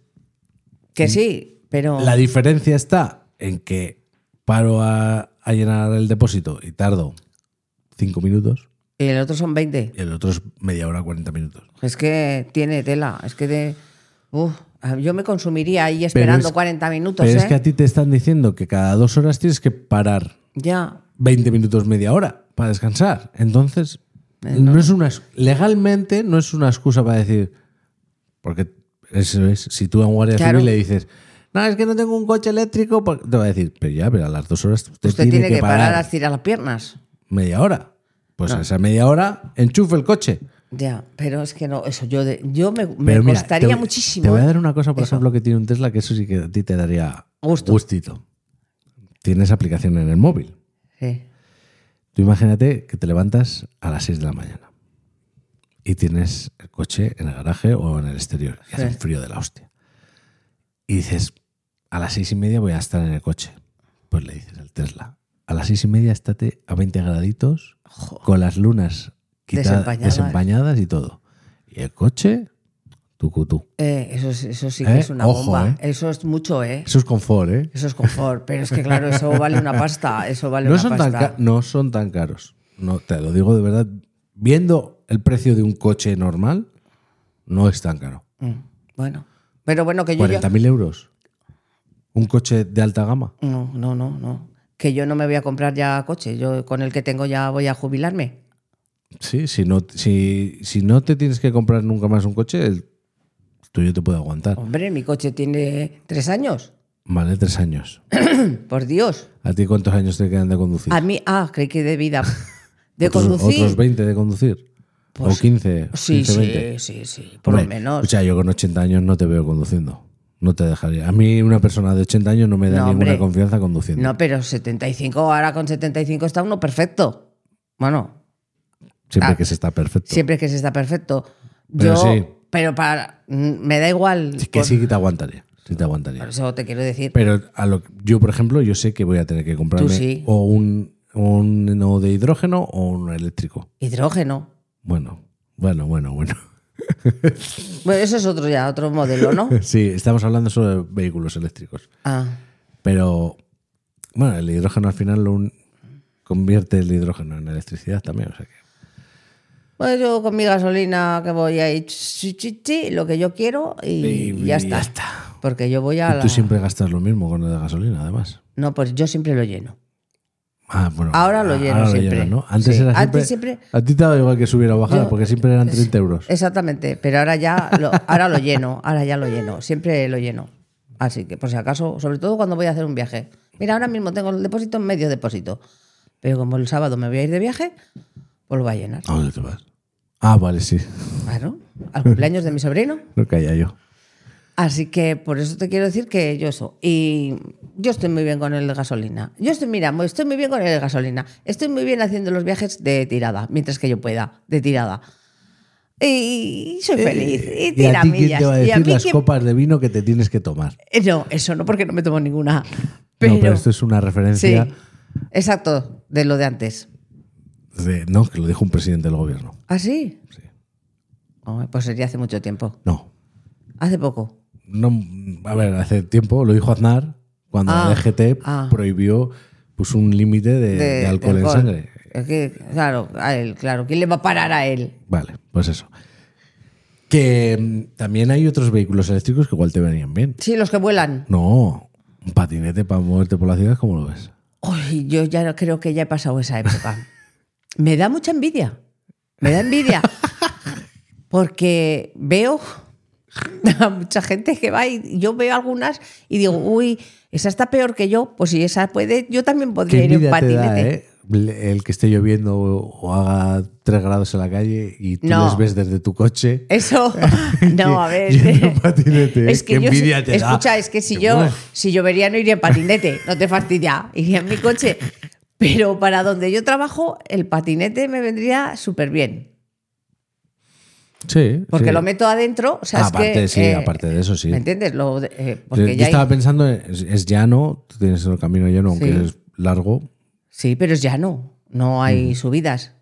[SPEAKER 1] que sí, pero
[SPEAKER 2] la diferencia está en que paro a, a llenar el depósito y tardo 5 minutos
[SPEAKER 1] y el otro son 20.
[SPEAKER 2] y el otro es media hora, 40 minutos.
[SPEAKER 1] Es que tiene tela, es que de Uf, yo me consumiría ahí esperando
[SPEAKER 2] es-
[SPEAKER 1] 40 minutos,
[SPEAKER 2] Pero es
[SPEAKER 1] ¿eh?
[SPEAKER 2] que a ti te están diciendo que cada dos horas tienes que parar
[SPEAKER 1] Ya.
[SPEAKER 2] 20 minutos, media hora para descansar. Entonces, no es una, ex- legalmente no es una excusa para decir, porque eso es, si tú a un guardia
[SPEAKER 1] Claro.
[SPEAKER 2] civil le dices, no, es que no tengo un coche eléctrico, por-", te va a decir, pero ya, pero a las dos horas usted,
[SPEAKER 1] Usted tiene que, parar a estirar las piernas.
[SPEAKER 2] media hora. Pues a esa media hora enchufe el coche.
[SPEAKER 1] Ya, pero es que no, eso yo de- yo me, me
[SPEAKER 2] Pero mira,
[SPEAKER 1] costaría
[SPEAKER 2] te-
[SPEAKER 1] muchísimo.
[SPEAKER 2] Te voy a
[SPEAKER 1] ¿eh?
[SPEAKER 2] dar una cosa, por ejemplo, que tiene un Tesla, que eso sí que a ti te daría
[SPEAKER 1] Gusto.
[SPEAKER 2] gustito. Tienes aplicación en el móvil.
[SPEAKER 1] ¿eh? Sí.
[SPEAKER 2] Tú imagínate que te levantas a las 6 de la mañana y tienes el coche en el garaje o en el exterior y hace
[SPEAKER 1] Sí.
[SPEAKER 2] un frío de la hostia. Y dices, a las seis y media voy a estar en el coche. Pues le dices al Tesla, a las seis y media estate a 20 graditos con las lunas quitadas,
[SPEAKER 1] Desempañadas.
[SPEAKER 2] desempañadas. y todo. Y el coche, tu cutú.
[SPEAKER 1] Eh, eso, es- eso sí que
[SPEAKER 2] Eh,
[SPEAKER 1] es una
[SPEAKER 2] ojo,
[SPEAKER 1] bomba.
[SPEAKER 2] eh.
[SPEAKER 1] Eso es mucho, ¿eh?
[SPEAKER 2] Eso es confort, ¿eh?
[SPEAKER 1] Eso es confort. Pero es que, claro, eso vale una pasta. Eso vale
[SPEAKER 2] No
[SPEAKER 1] una
[SPEAKER 2] son, tan
[SPEAKER 1] pasta.
[SPEAKER 2] ca- no son tan caros. no te lo digo de verdad, viendo el precio de un coche normal, no es tan caro.
[SPEAKER 1] Mm, Bueno, pero bueno, que yo. yo-
[SPEAKER 2] 40.000 euros. Un coche de alta gama.
[SPEAKER 1] No, no, no, no. Que yo no me voy a comprar ya coche. Yo con el que tengo ya voy a jubilarme.
[SPEAKER 2] Sí, si no, si, si no te tienes que comprar nunca más un coche, el tuyo te puede aguantar.
[SPEAKER 1] Hombre, mi coche tiene tres años.
[SPEAKER 2] Vale, tres años.
[SPEAKER 1] Por Dios.
[SPEAKER 2] ¿A ti cuántos años te quedan de conducir?
[SPEAKER 1] A mí, ah, creí que de vida. De
[SPEAKER 2] ¿Otros,
[SPEAKER 1] conducir.
[SPEAKER 2] ¿Otros 20 de conducir?
[SPEAKER 1] Pues-
[SPEAKER 2] ¿O 15?
[SPEAKER 1] sí,
[SPEAKER 2] 15,
[SPEAKER 1] sí,
[SPEAKER 2] 20.
[SPEAKER 1] sí, sí. Por lo
[SPEAKER 2] Hombre,
[SPEAKER 1] menos.
[SPEAKER 2] O sea, yo con 80 años no te veo conduciendo. No te dejaría. A mí una persona de 80 años no me da
[SPEAKER 1] No,
[SPEAKER 2] ninguna
[SPEAKER 1] hombre.
[SPEAKER 2] confianza conduciendo.
[SPEAKER 1] No, pero 75, ahora con 75 está uno perfecto. Bueno,
[SPEAKER 2] siempre
[SPEAKER 1] ah,
[SPEAKER 2] que se está perfecto.
[SPEAKER 1] siempre que se está perfecto.
[SPEAKER 2] Pero
[SPEAKER 1] Yo,
[SPEAKER 2] sí.
[SPEAKER 1] pero para, mm, me da igual.
[SPEAKER 2] Sí que sí que te aguantaría. Sí te aguantaría.
[SPEAKER 1] Por eso te quiero decir.
[SPEAKER 2] Pero a lo, yo, por ejemplo, yo sé que voy a tener que comprarme
[SPEAKER 1] Tú sí.
[SPEAKER 2] o un, un o de hidrógeno o un eléctrico.
[SPEAKER 1] Hidrógeno.
[SPEAKER 2] Bueno, bueno, bueno, bueno. <laughs>
[SPEAKER 1] Bueno, eso es otro ya, otro
[SPEAKER 2] <laughs>
[SPEAKER 1] modelo, ¿no?
[SPEAKER 2] Sí, estamos hablando sobre vehículos eléctricos.
[SPEAKER 1] Ah,
[SPEAKER 2] Pero, bueno, el hidrógeno al final lo un- convierte el hidrógeno en electricidad también. O sea que-
[SPEAKER 1] Bueno, Pues yo con mi gasolina que voy ahí, chi, chi, chi, lo que yo quiero y,
[SPEAKER 2] Y-
[SPEAKER 1] ya,
[SPEAKER 2] y
[SPEAKER 1] está.
[SPEAKER 2] ya está.
[SPEAKER 1] Porque yo voy a la...
[SPEAKER 2] Tú siempre gastas lo mismo con la de gasolina, además.
[SPEAKER 1] No, pues yo siempre lo lleno.
[SPEAKER 2] Ah, bueno,
[SPEAKER 1] Ahora lo lleno
[SPEAKER 2] ahora
[SPEAKER 1] siempre.
[SPEAKER 2] llenas, ¿no? Antes
[SPEAKER 1] Sí.
[SPEAKER 2] era siempre,
[SPEAKER 1] Antes siempre-
[SPEAKER 2] A ti te daba igual que subiera o bajara,
[SPEAKER 1] Yo-
[SPEAKER 2] porque siempre eran 30 euros.
[SPEAKER 1] Exactamente, pero ahora ya lo, ahora lo lleno, ahora ya lo lleno, siempre lo lleno. Así que por si acaso, sobre todo cuando voy a hacer un viaje. Mira, ahora mismo tengo el depósito en medio depósito, pero como el sábado me voy a ir de viaje, pues lo voy a llenar.
[SPEAKER 2] ¿A dónde te vas? Ah, vale, sí.
[SPEAKER 1] Claro, al cumpleaños de mi sobrino.
[SPEAKER 2] No caía yo.
[SPEAKER 1] Así que por eso te quiero decir que yo eso. Y yo estoy muy bien con el de gasolina. Yo estoy, mira, muy- estoy muy bien con el de gasolina. Estoy muy bien haciendo los viajes de tirada, mientras que yo pueda, de tirada. Y soy feliz. Y
[SPEAKER 2] Eh, ¿Y a ti quién
[SPEAKER 1] tiramillas.
[SPEAKER 2] te va a
[SPEAKER 1] Y a
[SPEAKER 2] decir
[SPEAKER 1] mí
[SPEAKER 2] las
[SPEAKER 1] quién-
[SPEAKER 2] copas de vino que te tienes que tomar?
[SPEAKER 1] Eh, No, eso no, porque no me tomo ninguna. Pero,
[SPEAKER 2] no, pero esto es una
[SPEAKER 1] sí,
[SPEAKER 2] referencia
[SPEAKER 1] exacto, de lo de antes.
[SPEAKER 2] de... No, que lo dijo un presidente del gobierno.
[SPEAKER 1] ¿Ah, sí?
[SPEAKER 2] Sí.
[SPEAKER 1] Hombre, Pues sería hace mucho tiempo.
[SPEAKER 2] No.
[SPEAKER 1] Hace poco.
[SPEAKER 2] no. A ver, hace tiempo lo dijo Aznar cuando
[SPEAKER 1] Ah,
[SPEAKER 2] la DGT
[SPEAKER 1] ah.
[SPEAKER 2] prohibió puso un límite de,
[SPEAKER 1] de-
[SPEAKER 2] Eh, de alcohol
[SPEAKER 1] de
[SPEAKER 2] en
[SPEAKER 1] alcohol.
[SPEAKER 2] sangre.
[SPEAKER 1] Es que, claro, a él, claro. ¿Quién le va a parar a él?
[SPEAKER 2] Vale, pues eso. Que mm, también hay otros vehículos eléctricos que igual te venían bien.
[SPEAKER 1] Sí, los que vuelan.
[SPEAKER 2] No, un patinete para moverte por la ciudad, ¿cómo lo ves?
[SPEAKER 1] Uy, yo ya no- creo que ya he pasado
[SPEAKER 2] <laughs>
[SPEAKER 1] esa época. Me da mucha envidia. Me da envidia. Porque veo a mucha gente que va y yo veo algunas y digo, uy, esa está peor que yo. Pues si esa puede, yo también podría
[SPEAKER 2] Qué
[SPEAKER 1] ir en
[SPEAKER 2] envidia te
[SPEAKER 1] patinete.
[SPEAKER 2] da, ¿eh? Le- El que esté lloviendo o haga 3 grados en la calle y tú
[SPEAKER 1] No.
[SPEAKER 2] les ves desde tu coche. <laughs>
[SPEAKER 1] Eso, <laughs> no, a ver.
[SPEAKER 2] Yendo en patinete, ¿eh?
[SPEAKER 1] es que
[SPEAKER 2] Qué
[SPEAKER 1] yo,
[SPEAKER 2] envidia
[SPEAKER 1] si-
[SPEAKER 2] te da.
[SPEAKER 1] escucha, es que si
[SPEAKER 2] Qué
[SPEAKER 1] yo,
[SPEAKER 2] bueno.
[SPEAKER 1] si llovería no iría en patinete, no te fastidia, iría en mi coche. Pero para donde yo trabajo, el patinete me vendría súper bien.
[SPEAKER 2] Sí.
[SPEAKER 1] Porque
[SPEAKER 2] sí.
[SPEAKER 1] lo meto adentro, o sea, es
[SPEAKER 2] aparte,
[SPEAKER 1] que,
[SPEAKER 2] sí,
[SPEAKER 1] eh,
[SPEAKER 2] aparte de eso, sí.
[SPEAKER 1] ¿Me entiendes? Lo de- eh,
[SPEAKER 2] Yo,
[SPEAKER 1] porque
[SPEAKER 2] yo
[SPEAKER 1] ya hay-
[SPEAKER 2] estaba pensando, es, es llano, tú tienes el camino llano, aunque
[SPEAKER 1] Sí.
[SPEAKER 2] es largo.
[SPEAKER 1] Sí, pero es llano, no hay subidas.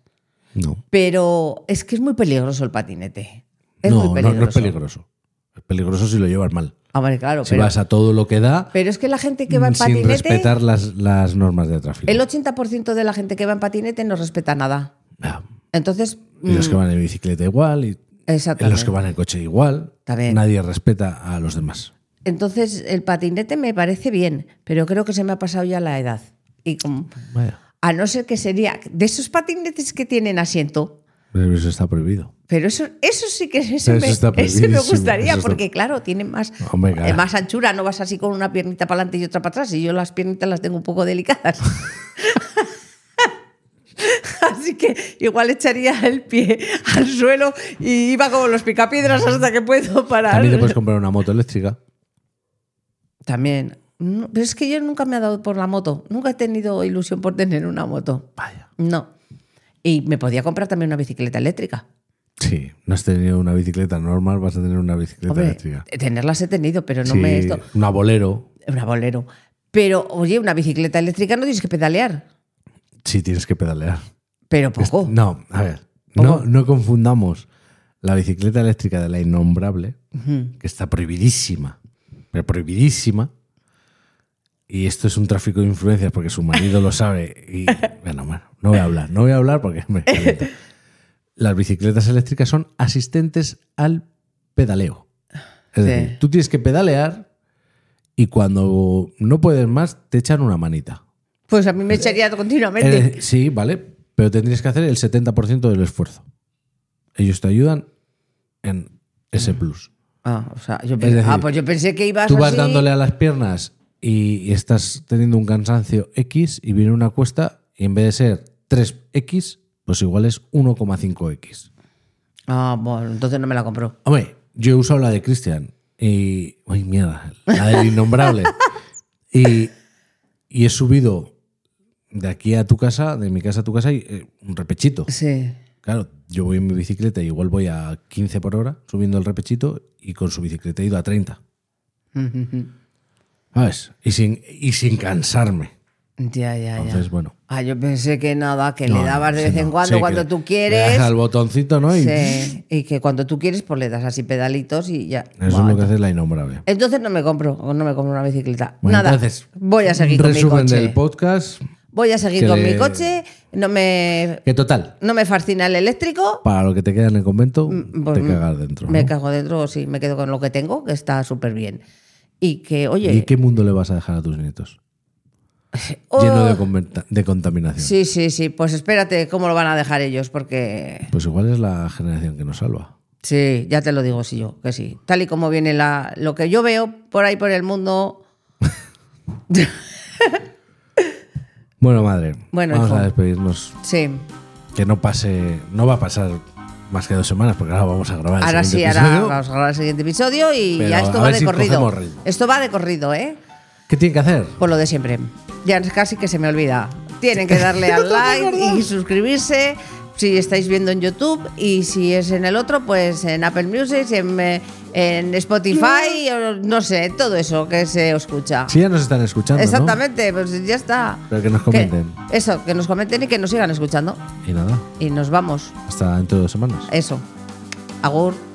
[SPEAKER 2] No.
[SPEAKER 1] Pero es que es muy peligroso el patinete. Es
[SPEAKER 2] no,
[SPEAKER 1] muy
[SPEAKER 2] no,
[SPEAKER 1] peligroso.
[SPEAKER 2] no es peligroso. Es peligroso si lo llevas mal.
[SPEAKER 1] Ah, vale, claro,
[SPEAKER 2] Si
[SPEAKER 1] pero,
[SPEAKER 2] vas a todo lo que da, mm,
[SPEAKER 1] pero es que la gente que va en
[SPEAKER 2] sin
[SPEAKER 1] patinete.
[SPEAKER 2] respetar las, las normas de tráfico.
[SPEAKER 1] El 80% de la gente que va en patinete no respeta nada.
[SPEAKER 2] Ah,
[SPEAKER 1] Entonces,
[SPEAKER 2] Y
[SPEAKER 1] Mm.
[SPEAKER 2] los que van en bicicleta igual, y
[SPEAKER 1] exactamente.
[SPEAKER 2] los que van en coche igual.
[SPEAKER 1] También.
[SPEAKER 2] Nadie respeta a los demás.
[SPEAKER 1] Entonces, el patinete me parece bien, pero creo que se me ha pasado ya la edad. Y como-
[SPEAKER 2] Vaya.
[SPEAKER 1] a no ser que sería de esos patinetes que tienen asiento,
[SPEAKER 2] Pero eso está prohibido.
[SPEAKER 1] pero eso, <laughs> eso sí que ese
[SPEAKER 2] Eso
[SPEAKER 1] me,
[SPEAKER 2] está
[SPEAKER 1] ese me
[SPEAKER 2] prohibidísimo,
[SPEAKER 1] gustaría,
[SPEAKER 2] eso está-
[SPEAKER 1] porque claro, tienen más,
[SPEAKER 2] Hombre, claro.
[SPEAKER 1] eh, más anchura, no vas así con una piernita para adelante y otra para atrás, y yo las piernitas las tengo un poco delicadas. <laughs> Así que igual echaría el pie al suelo y iba como los picapiedras hasta que puedo parar.
[SPEAKER 2] También te puedes comprar una moto eléctrica.
[SPEAKER 1] También. No, Pero es que yo nunca me he dado por la moto. Nunca he tenido ilusión por tener una moto.
[SPEAKER 2] Vaya.
[SPEAKER 1] No. Y me podía comprar también una bicicleta eléctrica.
[SPEAKER 2] Sí, no has tenido una bicicleta normal, vas a tener una bicicleta
[SPEAKER 1] Hombre,
[SPEAKER 2] eléctrica.
[SPEAKER 1] tenerlas he tenido, pero no
[SPEAKER 2] Sí,
[SPEAKER 1] me... Esto,
[SPEAKER 2] Una bolero,
[SPEAKER 1] una bolero. Pero, oye, una bicicleta eléctrica no tienes que pedalear.
[SPEAKER 2] sí tienes que pedalear.
[SPEAKER 1] Pero poco.
[SPEAKER 2] Pues No, a ver,
[SPEAKER 1] Poco.
[SPEAKER 2] no, no confundamos la bicicleta eléctrica de la innombrable, que está prohibidísima, pero prohibidísima, Y esto es un tráfico de influencias porque su marido lo sabe. Y bueno, bueno, no voy a hablar, no voy a hablar porque me calienta. Las bicicletas eléctricas son asistentes al pedaleo. Es
[SPEAKER 1] Sí.
[SPEAKER 2] decir, tú tienes que pedalear y cuando no puedes más, te echan una manita.
[SPEAKER 1] Pues a mí me echaría continuamente.
[SPEAKER 2] Eh, sí, vale, pero tendrías que hacer el 70% del esfuerzo. Ellos te ayudan en ese plus.
[SPEAKER 1] Ah, o sea, yo pensé,
[SPEAKER 2] decir,
[SPEAKER 1] ah, pues yo pensé que ibas
[SPEAKER 2] Tú vas
[SPEAKER 1] así.
[SPEAKER 2] dándole a las piernas y estás teniendo un cansancio X y viene una cuesta y en vez de ser 3X, pues igual es 1,5X.
[SPEAKER 1] Ah, bueno, entonces no me la compró.
[SPEAKER 2] Hombre, yo he usado la de Cristian y... ¡Ay, mierda! La del innombrable. y, y he subido de aquí a tu casa, de mi casa a tu casa, y, eh, un repechito.
[SPEAKER 1] Sí.
[SPEAKER 2] Claro, yo voy en mi bicicleta y igual voy a 15 por hora subiendo el repechito y con su bicicleta he ido a 30.
[SPEAKER 1] Mm-hmm.
[SPEAKER 2] ¿Sabes? Y sin, y sin cansarme.
[SPEAKER 1] Ya, ya, ya.
[SPEAKER 2] Entonces, bueno.
[SPEAKER 1] Ah, yo pensé que nada, que
[SPEAKER 2] No,
[SPEAKER 1] le dabas de
[SPEAKER 2] sí,
[SPEAKER 1] vez en
[SPEAKER 2] no.
[SPEAKER 1] cuando,
[SPEAKER 2] Sí, que
[SPEAKER 1] cuando
[SPEAKER 2] le- <laughs>
[SPEAKER 1] tú
[SPEAKER 2] Le
[SPEAKER 1] quieres.
[SPEAKER 2] das al botoncito, ¿no? Y
[SPEAKER 1] Sí, y que cuando tú quieres, pues le das así pedalitos y ya.
[SPEAKER 2] Eso
[SPEAKER 1] Buah,
[SPEAKER 2] es lo que hace la innombrable.
[SPEAKER 1] Entonces no me compro, o no me compro una bicicleta.
[SPEAKER 2] Bueno,
[SPEAKER 1] Nada.
[SPEAKER 2] entonces,
[SPEAKER 1] voy a seguir con mi
[SPEAKER 2] Resumen
[SPEAKER 1] coche.
[SPEAKER 2] del podcast.
[SPEAKER 1] Voy a seguir
[SPEAKER 2] que
[SPEAKER 1] con
[SPEAKER 2] le-
[SPEAKER 1] mi coche. No me,
[SPEAKER 2] Que total,
[SPEAKER 1] no me fascina el eléctrico.
[SPEAKER 2] para lo que te queda en el convento,
[SPEAKER 1] pues,
[SPEAKER 2] te cagas dentro.
[SPEAKER 1] Me
[SPEAKER 2] ¿no?
[SPEAKER 1] cago dentro, sí, me quedo con lo que tengo, que está súper bien. Y que, oye,
[SPEAKER 2] ¿Y qué mundo le vas a dejar a tus nietos?
[SPEAKER 1] oh,
[SPEAKER 2] Lleno de, conventa- de contaminación.
[SPEAKER 1] sí, sí, sí, pues espérate cómo lo van a dejar ellos, porque
[SPEAKER 2] Pues igual es la generación que nos salva.
[SPEAKER 1] Sí, ya te lo digo, sí, yo, que sí. Tal y como viene la, lo que yo veo por ahí por el mundo.
[SPEAKER 2] Bueno, madre,
[SPEAKER 1] Bueno,
[SPEAKER 2] vamos
[SPEAKER 1] hijo.
[SPEAKER 2] a despedirnos.
[SPEAKER 1] Sí,
[SPEAKER 2] que no pase, no va a pasar más que dos semanas, porque ahora vamos a grabar. el
[SPEAKER 1] ahora sí,
[SPEAKER 2] siguiente
[SPEAKER 1] ahora
[SPEAKER 2] episodio.
[SPEAKER 1] vamos a grabar el siguiente episodio y
[SPEAKER 2] Pero
[SPEAKER 1] ya esto
[SPEAKER 2] a
[SPEAKER 1] va
[SPEAKER 2] ver
[SPEAKER 1] de
[SPEAKER 2] si
[SPEAKER 1] corrido.
[SPEAKER 2] cogemos ritmo.
[SPEAKER 1] Esto va de corrido, ¿eh?
[SPEAKER 2] ¿Qué tienen que hacer?
[SPEAKER 1] Por lo de siempre. Ya casi que se me olvida. Tienen
[SPEAKER 2] <laughs>
[SPEAKER 1] que darle al like y suscribirse si estáis viendo en YouTube y si es en el otro, pues en Apple Music, en, eh, en Spotify, o no sé, todo eso que se escucha.
[SPEAKER 2] Si ya nos están escuchando. ¿no?
[SPEAKER 1] Exactamente, pues ya está.
[SPEAKER 2] Pero que nos comenten.
[SPEAKER 1] eso, que nos comenten y que nos sigan escuchando.
[SPEAKER 2] Y nada,
[SPEAKER 1] Y nos vamos.
[SPEAKER 2] hasta dentro de dos semanas.
[SPEAKER 1] Eso. Agur.